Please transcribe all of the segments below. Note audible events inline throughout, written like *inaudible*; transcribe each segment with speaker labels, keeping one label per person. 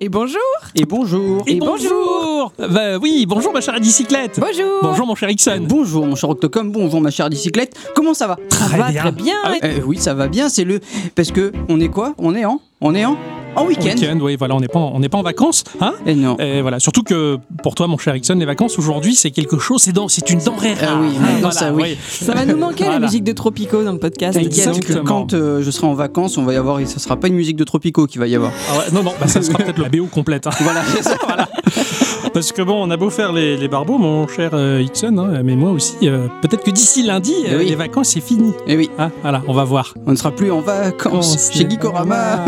Speaker 1: Et bonjour
Speaker 2: Et bonjour.
Speaker 1: Et bonjour
Speaker 3: Euh, bah oui, bonjour ma chère à bicyclette.
Speaker 1: Bonjour
Speaker 3: Bonjour mon cher
Speaker 2: Euh,
Speaker 3: Ixon.
Speaker 2: Bonjour mon cher Octocom, bonjour ma chère bicyclette. Comment ça va
Speaker 1: Ça va très bien
Speaker 3: Ah oui.
Speaker 2: Euh, Oui, ça va bien, c'est le parce que on est quoi On est en On est en en week-end.
Speaker 3: Week-end, oui, voilà, on n'est pas, en- on n'est pas en vacances, hein
Speaker 2: Eh non.
Speaker 3: Et voilà, surtout que pour toi, mon cher Ixon, les vacances aujourd'hui, c'est quelque chose, c'est dans- c'est une denrée
Speaker 2: Ah
Speaker 3: rare.
Speaker 2: oui,
Speaker 3: hein,
Speaker 2: maintenant,
Speaker 3: voilà,
Speaker 2: ça, oui.
Speaker 1: Ça va nous manquer la
Speaker 3: Voilà.
Speaker 1: musique de Tropico dans le podcast.
Speaker 3: Exact.
Speaker 2: T'inquiète que
Speaker 3: exactement.
Speaker 2: quand euh, je serai en vacances, on va y avoir et ça sera pas une musique de Tropico qui va y avoir.
Speaker 3: Ah ouais, non, non, bah, ça sera peut-être la BO complète. hein.
Speaker 2: Voilà, c'est
Speaker 3: *laughs*
Speaker 2: ça.
Speaker 3: Parce que bon, on a beau faire les, les barbeaux, mon cher euh, Ixon, hein, mais moi aussi, euh, peut-être que d'ici lundi, euh,
Speaker 2: Oui.
Speaker 3: les vacances, c'est fini.
Speaker 2: Et Eh oui,
Speaker 3: Ah, voilà, on va voir.
Speaker 2: on ne sera plus en
Speaker 3: Oh,
Speaker 2: vacances chez Gikorama.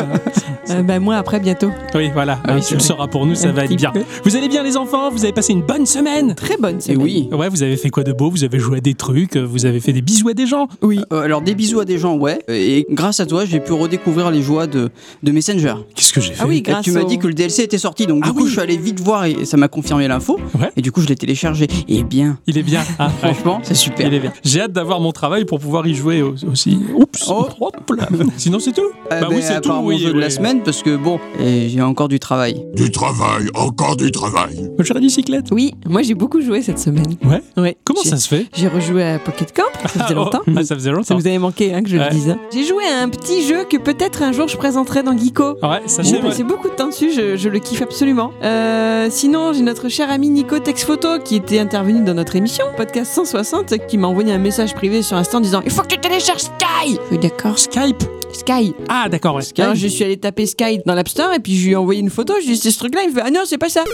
Speaker 1: Euh, bah, moi après bientôt.
Speaker 3: *laughs* Oui, voilà,
Speaker 2: Ah oui,
Speaker 3: hein,
Speaker 2: c'est
Speaker 3: tu le
Speaker 2: vrai.
Speaker 3: sauras pour nous, ça
Speaker 1: Un
Speaker 3: va être
Speaker 1: petit
Speaker 3: bien.
Speaker 1: peu.
Speaker 3: Vous allez bien les enfants Vous avez passé une bonne semaine
Speaker 1: Très bonne
Speaker 2: Et
Speaker 1: semaine.
Speaker 2: Eh oui.
Speaker 3: Ouais, vous avez fait quoi de beau Vous avez joué à des trucs, euh, vous avez fait des bisous à des gens.
Speaker 2: Oui. Euh, alors des bisous à des gens, ouais. Et grâce à toi, j'ai pu redécouvrir les joies de, de Messenger.
Speaker 3: Qu'est-ce que j'ai fait
Speaker 1: Ah oui,
Speaker 2: Et
Speaker 1: grâce
Speaker 2: tu m'as
Speaker 1: au-
Speaker 2: dit que le DLC était sorti, donc
Speaker 3: Ah
Speaker 2: du coup,
Speaker 3: oui.
Speaker 2: je suis allé vite voir et, et ça m'a confirmé l'info.
Speaker 3: Ouais.
Speaker 2: Et du coup, je l'ai téléchargé. Et bien,
Speaker 3: Il est bien. *laughs* Ah, ouais,
Speaker 2: franchement, c'est super.
Speaker 3: Il est bien. J'ai hâte d'avoir mon travail pour pouvoir y jouer au- aussi. Oups.
Speaker 2: Oh.
Speaker 3: Hop là. Sinon c'est tout.
Speaker 2: Euh,
Speaker 3: bah oui,
Speaker 2: ben,
Speaker 3: c'est
Speaker 2: à
Speaker 3: tout.
Speaker 2: part mon
Speaker 3: oui,
Speaker 2: jeu de
Speaker 3: oui.
Speaker 2: la semaine, parce que bon, et j'ai encore du travail.
Speaker 4: Du travail, encore du travail.
Speaker 3: Mon cher bicyclette.
Speaker 1: Oui, moi j'ai beaucoup joué cette semaine.
Speaker 3: Ouais.
Speaker 1: Ouais.
Speaker 3: Comment
Speaker 1: J'ai-
Speaker 3: ça se fait
Speaker 1: J'ai rejoué à Pocket Camp, ça faisait
Speaker 3: Ah, *laughs* oh.
Speaker 1: longtemps.
Speaker 3: Ah, ça faisait
Speaker 1: Ça
Speaker 3: longtemps.
Speaker 1: vous avait manqué hein, que je
Speaker 3: Ouais.
Speaker 1: le dise. hein. J'ai joué à un petit jeu que peut-être un jour je présenterai dans Geeko.
Speaker 3: Ouais, ça
Speaker 1: J'ai
Speaker 3: c'est vrai.
Speaker 1: passé beaucoup de temps dessus, je, je le kiffe absolument. Euh, sinon, j'ai notre cher ami Nico Texphoto qui était intervenu dans notre émission, podcast 160, qui m'a envoyé un message privé sur Insta en disant Il faut que tu télécharges Sky Oui, d'accord,
Speaker 3: Skype.
Speaker 1: Sky.
Speaker 3: Ah d'accord. Ouais.
Speaker 1: Alors, je suis allé taper Sky dans l'App Store et puis je lui ai envoyé une photo. Je lui ai dit c'est ce truc-là. Il me fait ah non, c'est pas ça.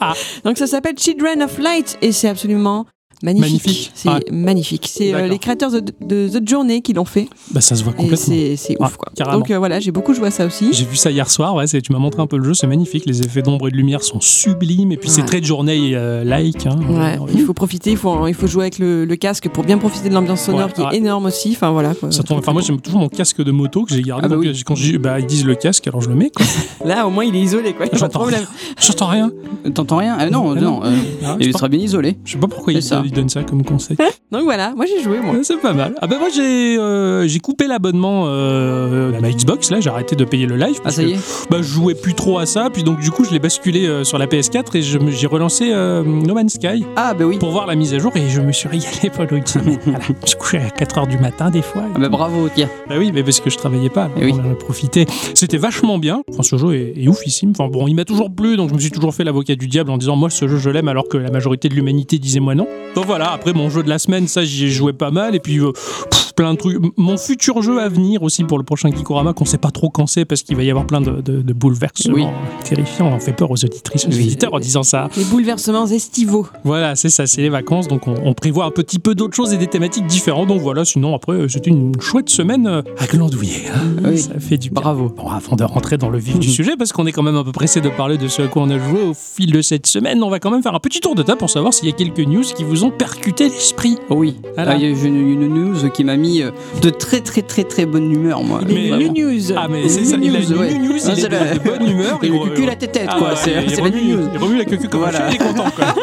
Speaker 3: Ah.
Speaker 1: *laughs* Donc ça s'appelle Children of Light et c'est absolument magnifique.
Speaker 3: Magnifique.
Speaker 1: C'est
Speaker 3: Ah.
Speaker 1: magnifique. C'est euh,
Speaker 3: D'accord.
Speaker 1: les créateurs de, de The Journey qui l'ont fait.
Speaker 3: Bah ça se voit
Speaker 1: Et
Speaker 3: complètement.
Speaker 1: c'est c'est ouf
Speaker 3: Ah,
Speaker 1: quoi.
Speaker 3: carrément.
Speaker 1: Donc euh, voilà, j'ai beaucoup joué à ça aussi.
Speaker 3: J'ai vu ça hier soir, ouais, c'est- tu m'as montré un peu le jeu, c'est magnifique, les effets d'ombre et de lumière sont sublimes, et puis c'est
Speaker 1: Ouais.
Speaker 3: très journée euh, like. hein.
Speaker 1: Ouais, il faut profiter, il faut, il faut jouer avec le, le casque pour bien profiter de l'ambiance sonore
Speaker 3: Ouais,
Speaker 1: qui est
Speaker 3: ouais.
Speaker 1: énorme aussi. Enfin voilà. quoi.
Speaker 3: Ça tombe- Enfin, moi, j'aime toujours mon casque de moto que j'ai gardé.
Speaker 2: Ah bah
Speaker 3: donc,
Speaker 2: oui.
Speaker 3: euh, Quand je dis, bah, ils disent le casque, alors je
Speaker 2: *laughs*
Speaker 3: le mets. quoi.
Speaker 1: Là au moins il est isolé quoi. Il y a pas de
Speaker 3: J'entends
Speaker 1: problème.
Speaker 3: rien. J'entends rien.
Speaker 2: T'entends rien Ah non,
Speaker 3: Ah non.
Speaker 2: non. euh,
Speaker 3: Ah, je
Speaker 2: il
Speaker 3: sais pas-
Speaker 2: sera bien isolé.
Speaker 3: je sais pas pourquoi ils,
Speaker 2: C'est ça.
Speaker 3: ils donnent ça comme conseil.
Speaker 1: Donc voilà, moi j'ai joué moi.
Speaker 3: Ouais, *laughs* C'est pas mal. Ah bah moi j'ai euh, j'ai coupé l'abonnement euh, à ma Xbox là, j'ai arrêté de payer le live.
Speaker 2: Ah
Speaker 3: parce
Speaker 2: ça
Speaker 3: que,
Speaker 2: y est.
Speaker 3: Bah je jouais plus trop à ça, puis donc du coup je l'ai basculé euh, sur la PS4 et je me- j'ai relancé euh, No Man's Sky
Speaker 2: Ah bah oui.
Speaker 3: pour voir la mise à jour et je me suis régalé *laughs* pendant une semaine. Voilà. Je me suis couché à 4h du matin des fois.
Speaker 2: Ah bah bravo, tiens.
Speaker 3: Bah oui, mais parce que je travaillais pas, donc
Speaker 2: Eh oui.
Speaker 3: on en a profité. C'était vachement bien. Enfin, ce jeu est, est oufissime. Enfin, bon, il m'a toujours plu, donc je me suis toujours fait l'avocat du diable en disant moi ce jeu je l'aime, alors que la majorité de l'humanité disait moi non. Donc voilà. Après mon jeu de la semaine, ça j'y ai joué pas mal, et puis euh, pff, plein de trucs. M- Mon futur jeu à venir aussi pour le prochain Kikorama, qu'on sait pas trop quand c'est, parce qu'il va y avoir plein de, de- de bouleversements
Speaker 2: Oui.
Speaker 3: terrifiants. On fait peur aux auditrices, aux
Speaker 2: Oui.
Speaker 3: auditeurs en disant ça.
Speaker 1: Les bouleversements estivaux.
Speaker 3: Voilà, c'est ça, c'est les vacances, donc on, on prévoit un petit peu d'autres choses et des thématiques différentes. Donc voilà, sinon après, euh, c'était une chouette semaine euh, à glandouiller. hein.
Speaker 2: Oui.
Speaker 3: Ça fait du bien.
Speaker 2: Bravo.
Speaker 3: Bon, avant de rentrer dans le *laughs* vif du sujet, parce qu'on est quand même un peu pressé de parler de ce à quoi on a joué au fil de cette semaine, on va quand même faire un petit tour de table pour savoir s'il y a quelques news qui vous ont percuté l'esprit.
Speaker 2: Oh oui.
Speaker 3: Voilà.
Speaker 2: Ah, Il y a eu une, une news qui m'a mis euh, de très très très très bonne humeur, moi.
Speaker 1: Il est
Speaker 3: Mais-
Speaker 1: nu news.
Speaker 3: Ah, mais c'est ça, il a
Speaker 2: News,
Speaker 3: une
Speaker 2: ouais.
Speaker 3: news,
Speaker 2: Ah,
Speaker 3: il est
Speaker 2: c'est la-
Speaker 3: de bonne
Speaker 2: *laughs*
Speaker 3: humeur.
Speaker 2: Et
Speaker 3: il-
Speaker 2: le cul, la tête,
Speaker 3: Ah,
Speaker 2: quoi.
Speaker 3: ouais,
Speaker 2: c'est
Speaker 3: il
Speaker 2: c'est la
Speaker 3: remue-
Speaker 2: news.
Speaker 3: Il remue la queue comme un
Speaker 2: Voilà.
Speaker 3: chien, il est content. *laughs* quoi.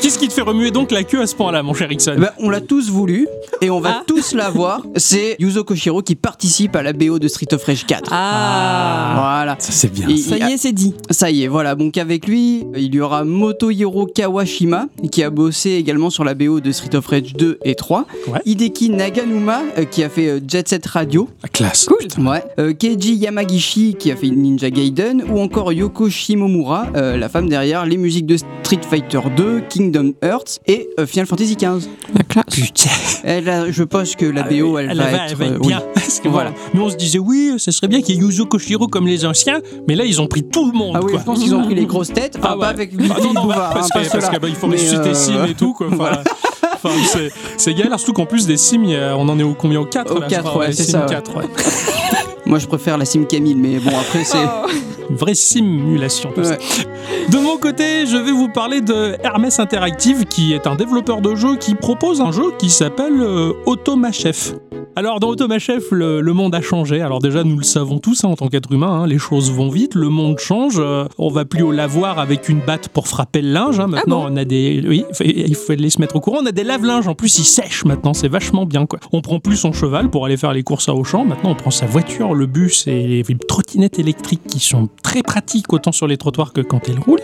Speaker 3: Qu'est-ce qui te fait remuer donc la queue à ce point-là, mon cher Ixon
Speaker 2: Eh ben, on l'a tous voulu et on va
Speaker 1: Ah.
Speaker 2: tous l'avoir. C'est Yuzo Koshiro qui participe à la BO de Street of Rage 4.
Speaker 1: Ah.
Speaker 2: Voilà.
Speaker 3: Ça, c'est bien.
Speaker 2: Et-
Speaker 1: Ça y est, c'est dit.
Speaker 2: Ça y est, voilà. Donc avec lui, il y aura Motohiro Kawashima qui a bossé également sur la BO de Street of Rage 2 et 3.
Speaker 3: Ouais.
Speaker 2: Hideki Naganuma euh, qui a fait euh, Jet Set Radio.
Speaker 3: La classe.
Speaker 1: Cool.
Speaker 2: Ouais. Euh, Keiji Yamagishi qui a fait Ninja Gaiden ou encore Yoko Shimomura, euh, la femme derrière les musiques de Street Fighter 2, Kingdom Hearts et euh, Final Fantasy 15.
Speaker 1: La classe.
Speaker 3: Putain.
Speaker 2: Elle a- je pense que la
Speaker 3: Ah
Speaker 2: BO, elle, va, être, euh, oui.
Speaker 3: bien. *laughs* Parce que voilà. nous on se disait oui, ce serait bien qu'il y ait Yuzo Koshiro comme les anciens, mais là ils ont pris tout le monde.
Speaker 2: Ah oui,
Speaker 3: quoi.
Speaker 2: je pense qu'ils ont pris les grosses têtes, enfin
Speaker 3: Ah ouais.
Speaker 2: pas avec
Speaker 3: *laughs* Ah non,
Speaker 2: Philippe
Speaker 3: non,
Speaker 2: Bouvard,
Speaker 3: parce
Speaker 2: hein,
Speaker 3: que-
Speaker 2: pas
Speaker 3: parce
Speaker 2: ceux-là.
Speaker 3: que, bah, il faut
Speaker 2: Mais,
Speaker 3: ressusciter
Speaker 2: euh,
Speaker 3: Sim et tout quoi. Enfin, *laughs* enfin, c'est- c'est galère surtout qu'en plus des Sims, il y a- on en est au combien au 4
Speaker 2: Au quatre, ouais, c'est ça, ouais. Moi, je préfère la Sim Camille, mais bon, après, c'est.
Speaker 1: Oh.
Speaker 3: Une vraie simulation tout ça.
Speaker 2: Ouais.
Speaker 3: De mon côté, je vais vous parler de Hermès Interactive, qui est un développeur de jeux qui propose un jeu qui s'appelle euh, Automachef. Alors dans Automachef, le, le monde a changé. Alors déjà, nous le savons tous hein, en tant qu'être humain, hein, les choses vont vite, le monde change. euh, on va plus au lavoir avec une batte pour frapper le linge. hein. maintenant, on a des, oui, fa- il faut les se mettre au courant. On a des lave-linges en plus, ils sèchent maintenant. C'est vachement bien quoi. On prend plus son cheval pour aller faire les courses à Auchan. Maintenant, on prend sa voiture, voiture, le bus et les trottinettes électriques qui sont très pratiques autant sur les trottoirs que quand elles roulent.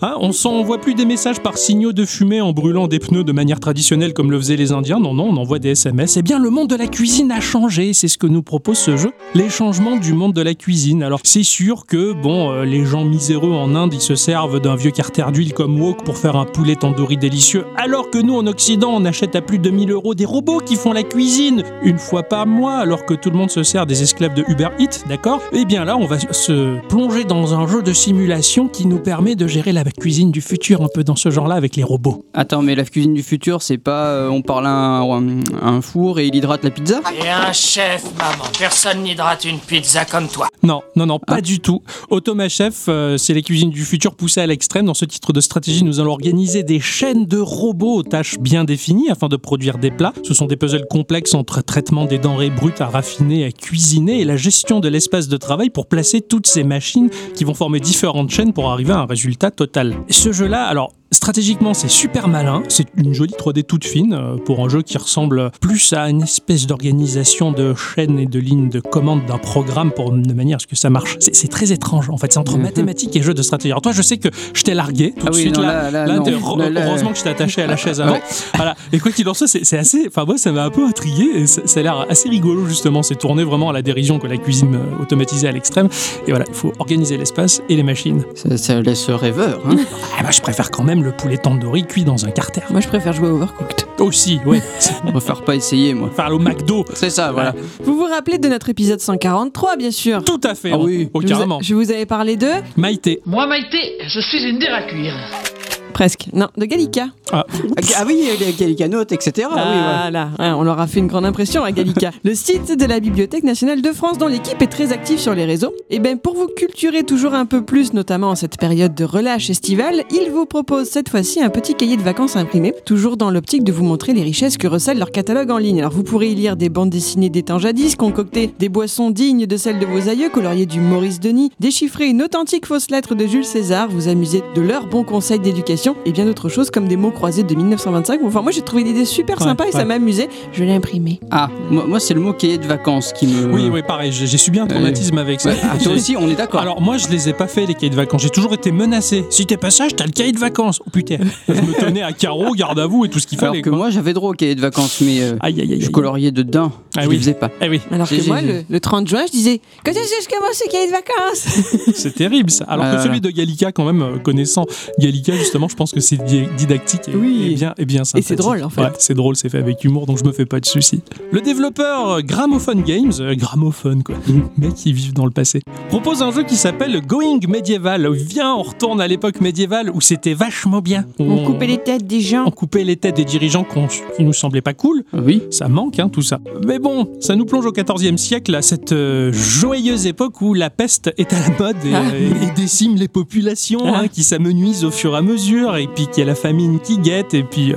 Speaker 3: Hein, on s'envoie plus des messages par signaux de fumée en brûlant des pneus de manière traditionnelle comme le faisaient les Indiens. Non, non, on envoie des SMS. Eh bien, le monde de la cuisine a changé. C'est ce que nous propose ce jeu. Les changements du monde de la cuisine. Alors, c'est sûr que, bon, euh, les gens miséreux en Inde, ils se servent d'un vieux carter d'huile comme wok pour faire un poulet tandoori délicieux. Alors que nous, en Occident, on achète à plus de 1000 euros des robots qui font la cuisine une fois par mois, alors que tout le monde se sert des esclaves de Uber Eats, d'accord Eh bien là, on va se plonger dans un jeu de simulation qui nous permet de gérer la cuisine du futur un peu dans ce genre-là avec les robots.
Speaker 2: Attends, mais la cuisine du futur, c'est pas euh, on parle à un, à un four et il hydrate la pizza
Speaker 5: Et un chef, maman. Personne n'hydrate une pizza comme toi.
Speaker 3: Non, non, non, pas du tout. Automachef, euh, c'est les cuisines du futur poussées à l'extrême. Dans ce titre de stratégie, nous allons organiser des chaînes de robots aux tâches bien définies afin de produire des plats. Ce sont des puzzles complexes entre traitement des denrées brutes à raffiner, à cuisiner et la gestion de l'espace de travail pour placer toutes ces machines qui vont former différentes chaînes pour arriver à un résultat total. Ce jeu-là, alors. Stratégiquement, c'est super malin. C'est une jolie 3D toute fine euh, pour un jeu qui ressemble plus à une espèce d'organisation de chaînes et de lignes de commande d'un programme pour de manière à ce que ça marche. C'est c'est très étrange en fait. C'est entre
Speaker 2: Mhm.
Speaker 3: mathématiques et jeu de stratégie. Alors toi, je sais que je t'ai largué tout
Speaker 2: Ah
Speaker 3: de
Speaker 2: oui,
Speaker 3: suite
Speaker 2: non,
Speaker 3: là.
Speaker 2: là, là,
Speaker 3: Là,
Speaker 2: non.
Speaker 3: t'es- heure-
Speaker 2: Là, là,
Speaker 3: heureusement que j'étais
Speaker 2: *laughs*
Speaker 3: attaché à la chaise avant.
Speaker 2: Ouais.
Speaker 3: Voilà. Et quoi qu'il en soit, c'est c'est assez. Enfin, moi, ça m'a un peu intrigué. Et ça, ça a l'air assez rigolo, justement. C'est tourné vraiment à la dérision que la cuisine euh, automatisée à l'extrême. Et voilà, il faut organiser l'espace et les machines.
Speaker 2: ça, ça laisse rêveur.
Speaker 3: *laughs*
Speaker 2: Hein
Speaker 3: Ah, bah, je préfère quand même le poulet tandoori cuit dans un carter.
Speaker 1: *laughs* Moi, je préfère jouer à Overcooked.
Speaker 3: Aussi, ouais. *laughs*
Speaker 2: je préfère pas essayer, moi.
Speaker 3: Enfin, au McDo.
Speaker 2: C'est ça, voilà.
Speaker 1: Vous vous rappelez de notre épisode 143, bien sûr.
Speaker 3: Tout à fait.
Speaker 2: Ah
Speaker 3: hein.
Speaker 2: oui.
Speaker 3: Oh,
Speaker 1: Je vous ai-
Speaker 3: carrément.
Speaker 1: Je vous avais parlé de.
Speaker 3: Maïté.
Speaker 6: Moi, Maïté, je suis une dère à cuire.
Speaker 1: Presque. Non, de Gallica.
Speaker 3: Ah.
Speaker 2: Ah, ah oui, les calicanotes, etc. Ah oui, voilà.
Speaker 1: Voilà. Ouais, on leur a fait une grande impression à Gallica. le site de la Bibliothèque nationale de France, dont l'équipe est très active sur les réseaux. Et bien, pour vous culturer toujours un peu plus, notamment en cette période de relâche estivale, ils vous proposent cette fois-ci un petit cahier de vacances imprimé, toujours dans l'optique de vous montrer les richesses que recèle leur catalogue en ligne. Alors, vous pourrez y lire des bandes dessinées des temps jadis, concocter des boissons dignes de celles de vos aïeux, colorier du Maurice Denis, déchiffrer une authentique fausse lettre de Jules César, vous amuser de leurs bons conseils d'éducation et bien d'autres choses comme des mots croisés de 1925. Enfin, moi j'ai trouvé l'idée super
Speaker 3: Ouais,
Speaker 1: sympa et
Speaker 3: ouais.
Speaker 1: ça m'a amusé. Je l'ai imprimé.
Speaker 2: Ah, moi, moi, c'est le mot cahier de vacances qui me.
Speaker 3: Oui, oui, pareil. J'ai j'ai subi un traumatisme avec ça.
Speaker 2: Euh. Ouais, ah, toi
Speaker 3: J'ai-
Speaker 2: aussi, on est d'accord.
Speaker 3: Alors moi je les ai pas fait les cahiers de vacances, j'ai toujours été menacé. Si t'es pas sage, t'as le cahier de vacances. Oh putain, je me tenais à carreau, garde à vous et tout ce qu'il
Speaker 2: Alors
Speaker 3: fallait.
Speaker 2: que
Speaker 3: quoi.
Speaker 2: moi, j'avais droit au cahier de vacances, mais euh,
Speaker 3: Aïe aïe aïe.
Speaker 2: je
Speaker 3: aïe.
Speaker 2: coloriais dedans.
Speaker 3: Ah
Speaker 2: je
Speaker 3: oui.
Speaker 2: le faisais pas.
Speaker 3: Eh oui,
Speaker 1: Alors
Speaker 2: J'ai-
Speaker 1: que moi,
Speaker 2: j'ai-
Speaker 1: le, le 30 juin, je disais Quand est-ce que je commence les cahiers de vacances
Speaker 3: c'est terrible ça. Alors
Speaker 1: Euh.
Speaker 3: que
Speaker 2: Ah.
Speaker 3: celui de Gallica quand même, euh, connaissant Gallica justement, je pense que c'est di- didactique et,
Speaker 1: Oui.
Speaker 3: et bien et bien sympathique.
Speaker 1: drôle, en fait.
Speaker 3: Ouais, c'est drôle, c'est fait avec humour, donc je me fais pas de soucis. Le développeur euh, Gramophone Games, euh, Gramophone quoi,
Speaker 1: Mm.
Speaker 3: mec ils vivent dans le passé, propose un jeu qui s'appelle Going Medieval. Viens, on retourne à l'époque médiévale où c'était vachement bien.
Speaker 1: On coupait les têtes des gens.
Speaker 3: on coupait les têtes des dirigeants qu'on- qui nous semblaient pas cool.
Speaker 2: Oui.
Speaker 3: Ça manque, hein, tout ça. Mais bon, ça nous plonge au XIVe siècle, à cette euh, joyeuse époque où la peste est à la mode et, euh,
Speaker 1: Ah.
Speaker 3: et- et décime les populations,
Speaker 1: Ah.
Speaker 3: hein, qui s'amenuisent au fur et à mesure, et puis qu'il y a la famine qui guette, et puis euh,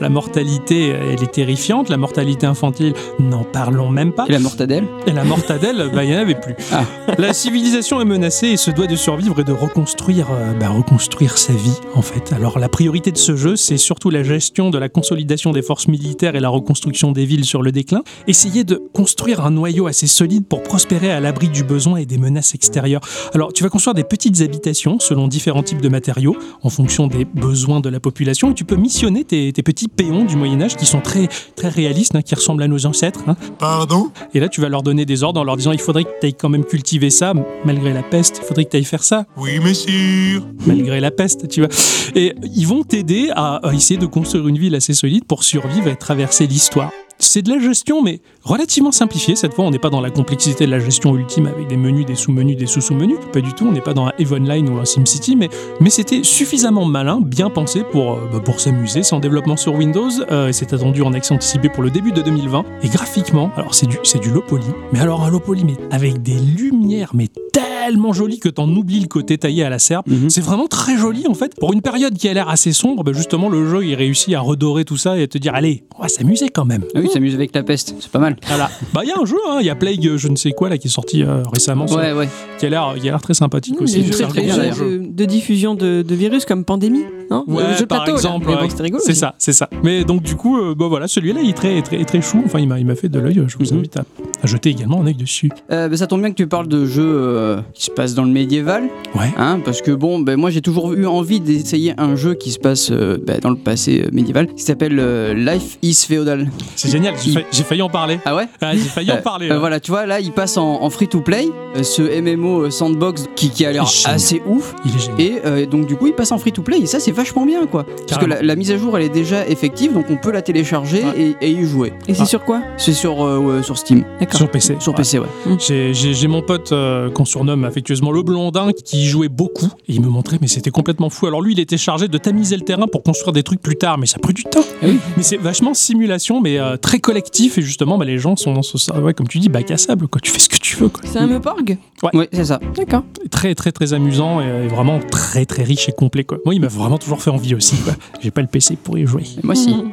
Speaker 3: la mortalité, elle est terrifiante. La mortalité infantile, n'en parlons même pas.
Speaker 2: Et la mortadelle
Speaker 3: Et la mortadelle, bah, il n'y en avait plus.
Speaker 2: Ah.
Speaker 3: La civilisation est menacée et se doit de survivre et de reconstruire, euh, bah, reconstruire sa vie, en fait. Alors, la priorité de ce jeu, c'est surtout la gestion de la consolidation des forces militaires et la reconstruction des villes sur le déclin. Essayer de construire un noyau assez solide pour prospérer à l'abri du besoin et des menaces extérieures. Alors, tu vas construire des petites habitations selon différents types de matériaux, en fonction des besoins de la population. Et tu peux missionner tes, tes petits péons du Moyen-Âge qui sont très, très réalistes, hein, qui ressemblent à nos ancêtres. hein.
Speaker 4: Pardon
Speaker 3: Et là, tu vas leur donner des ordres en leur disant il faudrait que tu ailles quand même cultiver ça, malgré la peste, il faudrait que tu ailles faire ça,
Speaker 4: Oui, messire.
Speaker 3: malgré la peste, tu vois. Et ils vont t'aider à, à essayer de construire une ville assez solide pour survivre et traverser l'histoire. C'est de la gestion, mais relativement simplifiée. Cette fois, on n'est pas dans la complexité de la gestion ultime avec des menus, des sous-menus, des sous-sous-menus. Pas du tout, on n'est pas dans un Evenline ou un SimCity, mais, mais c'était suffisamment malin, bien pensé pour, euh, bah, pour s'amuser. C'est en développement sur Windows, euh, et c'est attendu en accès anticipé pour le début de 2020. Et graphiquement, alors c'est du, c'est du low poly, mais alors un low poly, mais avec des lumières, mais tellement tellement joli que t'en oublies le côté taillé à la serpe.
Speaker 2: Mhm.
Speaker 3: C'est vraiment très joli en fait. Pour une période qui a l'air assez sombre, bah, justement le jeu il réussit à redorer tout ça et à te dire allez, on va s'amuser quand même.
Speaker 2: Ah oui, s'amuse avec la peste, c'est pas mal.
Speaker 3: Voilà. bah il y a un jeu, hein, il y a Plague, euh, je ne sais quoi là qui est sorti euh, récemment, ça,
Speaker 2: Ouais, ouais.
Speaker 3: qui a l'air, il a l'air très sympathique
Speaker 1: Mmh,
Speaker 3: aussi.
Speaker 1: il y a eu
Speaker 2: très,
Speaker 3: C'est un
Speaker 2: très
Speaker 3: gros
Speaker 2: bien,
Speaker 3: jeu.
Speaker 2: d'ailleurs.
Speaker 1: de, de diffusion de, de virus comme pandémie, non
Speaker 3: Ouais,
Speaker 1: Le jeu de
Speaker 3: par
Speaker 1: plateau, là.
Speaker 3: exemple,
Speaker 1: Mais bon,
Speaker 3: ouais.
Speaker 1: c'était rigolo.
Speaker 3: C'est ça, c'est ça. Mais donc du coup, euh, bah voilà, celui-là, il est très, très, très chou. Enfin, il m'a, il m'a fait de l'œil. Je vous
Speaker 2: Mhm.
Speaker 3: invite à, à jeter également un œil dessus.
Speaker 2: Euh, bah, ça tombe bien que tu parles de jeux euh, qui se passent dans le médiéval.
Speaker 3: Ouais.
Speaker 2: Hein, parce que bon, ben moi j'ai toujours eu envie d'essayer un jeu qui se passe euh, bah, dans le passé euh, médiéval, qui s'appelle euh, Life is Feudal.
Speaker 3: C'est génial. J'ai,
Speaker 2: Il-
Speaker 3: failli- j'ai failli en parler.
Speaker 2: Ah ouais
Speaker 3: Ah, j'ai failli en
Speaker 2: Euh,
Speaker 3: parler.
Speaker 2: euh,
Speaker 3: là.
Speaker 2: voilà, tu vois, là il passe en, free to play, ce MMO euh, sandbox qui, qui a l'air
Speaker 3: Génial.
Speaker 2: assez ouf.
Speaker 3: Il est génial.
Speaker 2: Et euh, donc du coup il passe en free to play et ça c'est vachement bien quoi. Parce que
Speaker 3: Carrément.
Speaker 2: la, la mise à jour elle est déjà effective donc on peut la télécharger et, et y jouer.
Speaker 1: Et c'est
Speaker 3: Ah.
Speaker 1: sur quoi
Speaker 2: C'est sur, euh, ouais, sur Steam.
Speaker 1: D'accord.
Speaker 3: Sur PC.
Speaker 2: Sur
Speaker 3: Ouais.
Speaker 2: PC ouais.
Speaker 3: J'ai, j'ai- j'ai mon pote euh, qu'on surnomme affectueusement le blondin qui y jouait beaucoup et il me montrait mais c'était complètement fou. Alors lui il était chargé de tamiser le terrain pour construire des trucs plus tard mais ça a pris du temps.
Speaker 2: Eh
Speaker 3: Mais c'est vachement simulation mais euh, très collectif et justement bah, les gens sont dans ce ça- ouais, comme tu dis bac à sable quoi. Tu fais ce que tu veux quoi.
Speaker 1: C'est un E Meporg
Speaker 2: Ouais, c'est ça.
Speaker 1: D'accord.
Speaker 3: Oh, très très très amusant et, euh, vraiment très très riche et complet quoi. Moi il m'a vraiment toujours fait envie aussi quoi. J'ai pas le PC pour y jouer.
Speaker 2: Moi si.
Speaker 1: Mmh.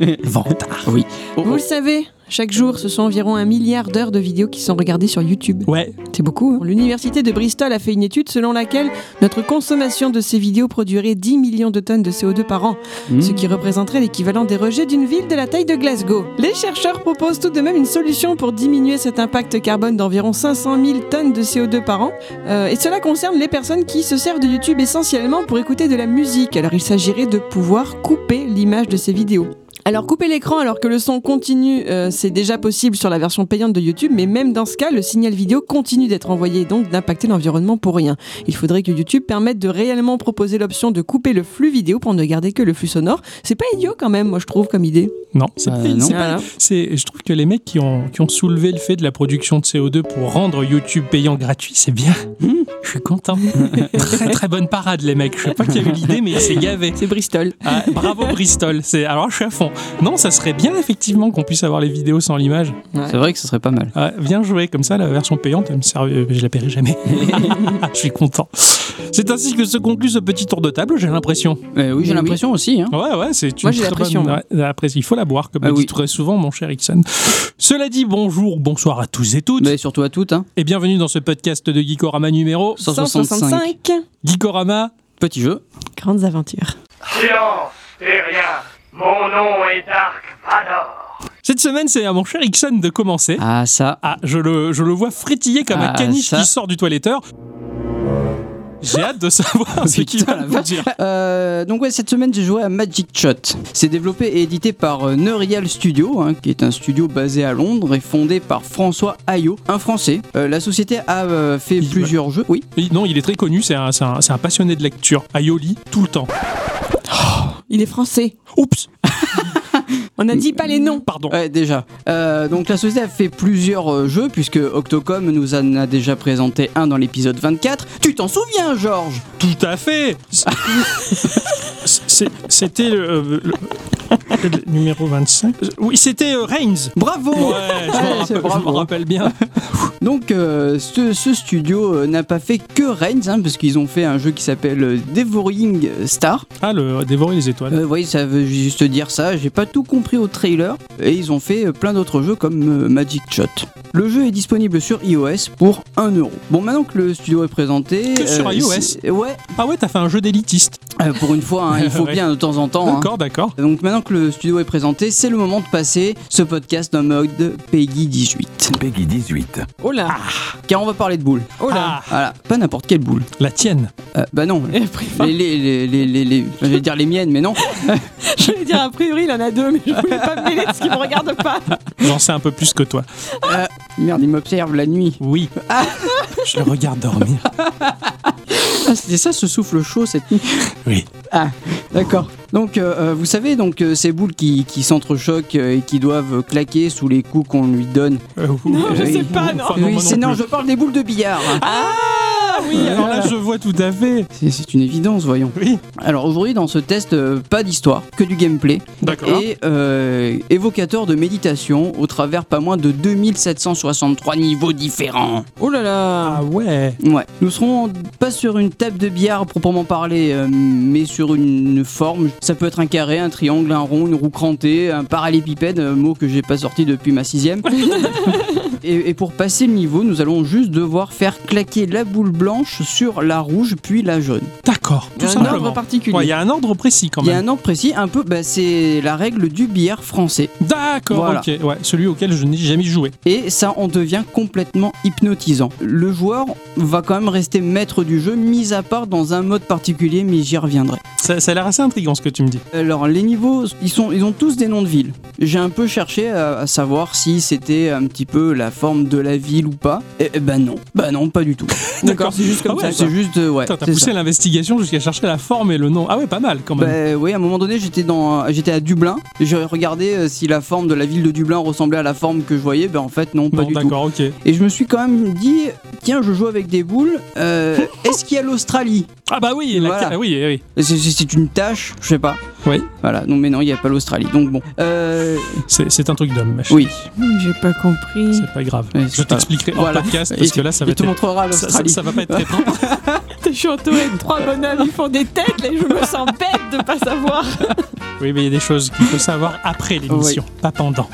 Speaker 3: Le Vantard.
Speaker 2: Oui. Oh,
Speaker 1: Vous le savez, chaque jour, ce sont environ un milliard d'heures de vidéos qui sont regardées sur YouTube.
Speaker 3: Ouais,
Speaker 1: C'est beaucoup. hein. L'université de Bristol a fait une étude selon laquelle notre consommation de ces vidéos produirait 10 millions de tonnes de CO2 par an,
Speaker 2: Mmh.
Speaker 1: ce qui représenterait l'équivalent des rejets d'une ville de la taille de Glasgow. Les chercheurs proposent tout de même une solution pour diminuer cet impact carbone d'environ 500 000 tonnes de CO2 par an, Euh, et cela concerne les personnes qui se servent de YouTube essentiellement pour écouter de la musique. Alors il s'agirait de pouvoir couper l'image de ces vidéos. Alors couper l'écran alors que le son continue, euh, c'est déjà possible sur la version payante de YouTube, mais même dans ce cas, le signal vidéo continue d'être envoyé et donc d'impacter l'environnement pour rien. Il faudrait que YouTube permette de réellement proposer l'option de couper le flux vidéo pour ne garder que le flux sonore. C'est pas idiot quand même, moi je trouve comme idée.
Speaker 3: non, c'est
Speaker 2: Euh, non.
Speaker 3: c'est
Speaker 1: Voilà.
Speaker 3: c'est- je trouve que les mecs qui ont, qui ont soulevé le fait de la production de CO2 pour rendre YouTube payant gratuit, c'est bien. Je suis content. *laughs* très très bonne parade les mecs. Je sais pas qui a eu l'idée mais il s'est gavé.
Speaker 1: C'est Bristol.
Speaker 3: Ah, bravo Bristol. C'est alors je suis à fond. Non, ça serait bien effectivement qu'on puisse avoir les vidéos sans l'image.
Speaker 2: C'est vrai que ce serait pas mal.
Speaker 3: Ah, bien joué, comme ça la version payante, elle me sert- euh, je la paierai jamais. *laughs* je suis content. C'est ainsi que se conclut ce petit tour de table, j'ai l'impression.
Speaker 2: Euh, oui, j'ai
Speaker 1: Oui.
Speaker 2: l'impression aussi. Hein.
Speaker 3: Ouais, ouais, c'est une
Speaker 1: Moi, j'ai
Speaker 3: très
Speaker 1: la pression,
Speaker 3: bonne- ouais, la presse, il faut la boire, comme
Speaker 2: Ah
Speaker 3: le
Speaker 2: oui.
Speaker 3: dit très souvent mon cher Ixon. Cela dit, bonjour, bonsoir à tous et toutes,
Speaker 2: Mais surtout à toutes. Hein.
Speaker 3: et bienvenue dans ce podcast de Geekorama numéro
Speaker 2: 165.
Speaker 3: Geekorama.
Speaker 2: Petit jeu.
Speaker 1: Grandes aventures.
Speaker 7: Silence et rien. Mon nom est Dark Vador.
Speaker 3: Cette semaine, c'est à mon cher Ixon de commencer. Ah.
Speaker 2: Ah ça.
Speaker 3: je le, je le vois frétiller comme un
Speaker 2: Ah,
Speaker 3: caniche
Speaker 2: ça.
Speaker 3: qui sort du toiletteur. J'ai hâte de savoir ce qu'il
Speaker 2: Putain,
Speaker 3: va
Speaker 2: la
Speaker 3: nous
Speaker 2: vache.
Speaker 3: dire.
Speaker 2: Euh, donc ouais, cette semaine j'ai joué à Magic Shot. C'est développé et édité par euh, Neurial Studio, hein, qui est un studio basé à Londres et fondé par François Ayot, un Français. Euh, la société a euh, fait
Speaker 3: Il-
Speaker 2: plusieurs jeux. Oui.
Speaker 3: Et Non, il est très connu, c'est un, c'est un- c'est un passionné de lecture. Aioli, tout le temps.
Speaker 1: Il est français.
Speaker 3: Oups,
Speaker 1: On n'a dit pas les noms.
Speaker 3: pardon.
Speaker 2: Ouais, déjà. Euh, donc la société a fait plusieurs euh, jeux puisque Octocom nous en a déjà présenté un dans l'épisode 24. Tu t'en souviens, Georges
Speaker 3: Tout à fait C'est- c'est- C'était euh, le, le numéro 25 Oui, c'était euh, Reigns
Speaker 2: Bravo.
Speaker 3: Ouais, je
Speaker 2: Ouais,
Speaker 3: m'en
Speaker 2: c'est
Speaker 3: rappelle, je
Speaker 2: bravo.
Speaker 3: m'en rappelle bien.
Speaker 2: Donc euh, ce, ce studio euh, n'a pas fait que Reigns, hein, parce qu'ils ont fait un jeu qui s'appelle euh, Devouring Star.
Speaker 3: Ah, le dévorer les étoiles.
Speaker 2: Euh, oui, ça veut juste dire ça, j'ai pas tout compris au trailer, et ils ont fait euh, plein d'autres jeux comme euh, Magic Shot. Le jeu est disponible sur iOS pour 1€. euro. Bon, maintenant que le studio est présenté... euh,
Speaker 3: Que sur iOS.
Speaker 2: c'est- Ouais,
Speaker 3: Ah ouais, t'as fait un jeu d'élitiste.
Speaker 2: euh, pour une fois, hein, il faut
Speaker 3: *laughs* Ouais.
Speaker 2: bien de temps en temps. hein.
Speaker 3: D'accord, d'accord.
Speaker 2: Donc maintenant que le studio est présenté, c'est le moment de passer ce podcast dans mode Peggy 18.
Speaker 4: Peggy 18.
Speaker 1: Oh là,
Speaker 2: Car on va parler de boules.
Speaker 1: oh là.
Speaker 3: Ah,
Speaker 2: Voilà, pas n'importe quelle boule.
Speaker 3: la tienne.
Speaker 2: Euh, bah non,
Speaker 1: *laughs* Et après,
Speaker 2: les, les, les, les, les- les- enfin, j'allais dire les miennes, mais non.
Speaker 1: J'allais dire, a priori, il en a deux, mais je voulais pas me mêler de ce qui me regarde pas.
Speaker 3: J'en sais un peu plus que toi.
Speaker 2: Merde, il m'observe la nuit.
Speaker 3: Oui. Je le regarde dormir.
Speaker 2: Ah, c'était ça ce souffle chaud cette nuit
Speaker 3: Oui.
Speaker 2: Ah, d'accord. Donc, euh, euh, vous savez, donc euh, ces boules qui, qui s'entrechoquent euh, et qui doivent claquer sous les coups qu'on lui donne.
Speaker 3: Euh,
Speaker 1: Non,
Speaker 2: je sais
Speaker 1: pas, Oh, non.
Speaker 3: Enfin,
Speaker 2: oui,
Speaker 3: moi
Speaker 2: c'est
Speaker 3: non
Speaker 2: non,
Speaker 3: plus.
Speaker 2: je parle des boules de billard. Ah
Speaker 3: Ah oui, alors là, je vois tout à fait.
Speaker 2: C'est- C'est une évidence, voyons.
Speaker 3: Oui,
Speaker 2: Alors aujourd'hui, dans ce test, euh, pas d'histoire, que du gameplay.
Speaker 3: d'accord.
Speaker 2: Et euh, évocateur de méditation au travers pas moins de 2763 niveaux différents.
Speaker 1: Oh là là
Speaker 3: Ah ouais.
Speaker 2: Ouais. Nous serons pas sur une table de billard proprement parler, euh, mais sur une forme. Ça peut être un carré, un triangle, un rond, une roue crantée, un parallépipède, un mot que j'ai pas sorti depuis ma
Speaker 3: *laughs*
Speaker 2: sixième. Et, et pour passer le niveau, nous allons juste devoir faire claquer la boule blanche sur la rouge puis la jaune.
Speaker 3: D'accord.
Speaker 1: Il y
Speaker 3: Tout
Speaker 1: a un ordre
Speaker 3: simplement.
Speaker 1: particulier.
Speaker 3: Ouais, Il y a un ordre précis quand
Speaker 2: Il y a
Speaker 3: même.
Speaker 2: un ordre précis, un peu, bah, c'est la règle du billard français.
Speaker 3: D'accord,
Speaker 2: Voilà.
Speaker 3: ok. Ouais, celui auquel je n'ai jamais joué.
Speaker 2: et ça en devient complètement hypnotisant. Le joueur va quand même rester maître du jeu, mis à part dans un mode particulier, mais j'y reviendrai.
Speaker 3: Ça, ça a l'air assez intriguant ce que tu me dis.
Speaker 2: Alors les niveaux, ils, sont, ils ont tous des noms de villes. J'ai un peu cherché à, à savoir si c'était un petit peu la forme de la ville ou pas. Et, et ben non, ben non, pas du *laughs* tout.
Speaker 3: D'accord, c'est juste comme
Speaker 2: Ça,
Speaker 3: ça,
Speaker 2: c'est
Speaker 3: quoi.
Speaker 2: juste, euh, ouais.
Speaker 3: Putain, T'as
Speaker 2: c'est
Speaker 3: poussé
Speaker 2: ça.
Speaker 3: l'investigation jusqu'à chercher la forme et le nom. Ah ouais, pas mal quand même.
Speaker 2: Ben oui, à un moment donné, j'étais dans, j'étais à Dublin. J'ai regardé euh, si la forme de la ville de Dublin ressemblait à la forme que je voyais. Ben en fait, non, pas
Speaker 3: bon,
Speaker 2: du tout.
Speaker 3: Bah, d'accord, ok.
Speaker 2: Et je me suis quand même dit, tiens, je joue avec des boules. euh, Est-ce qu'il y a l'Australie
Speaker 3: Ah bah oui, la-
Speaker 2: Voilà.
Speaker 3: ah oui, eh oui.
Speaker 2: C'est- C'est c'est une tâche, je sais pas.
Speaker 3: Oui.
Speaker 2: Voilà, non, mais non, il n'y a pas l'Australie. Donc bon. Euh,
Speaker 3: C'est, c'est un truc d'homme, ma chérie.
Speaker 2: oui.
Speaker 1: J'ai pas compris.
Speaker 3: C'est pas grave.
Speaker 2: Oui, c'est
Speaker 3: je
Speaker 2: pas-
Speaker 3: t'expliquerai
Speaker 2: Voilà.
Speaker 3: en podcast
Speaker 2: Et-
Speaker 3: parce que là, ça va
Speaker 2: il
Speaker 3: être.
Speaker 2: te montrera
Speaker 3: ça- Ça,
Speaker 2: l'Australie.
Speaker 3: ça va pas être
Speaker 2: *laughs*
Speaker 3: très propre.
Speaker 1: Je suis entourée de trois bonhommes, ils font des têtes, là, et je me sens bête de pas savoir.
Speaker 3: Oui, mais il y a des choses qu'il faut savoir après l'émission, pas pendant.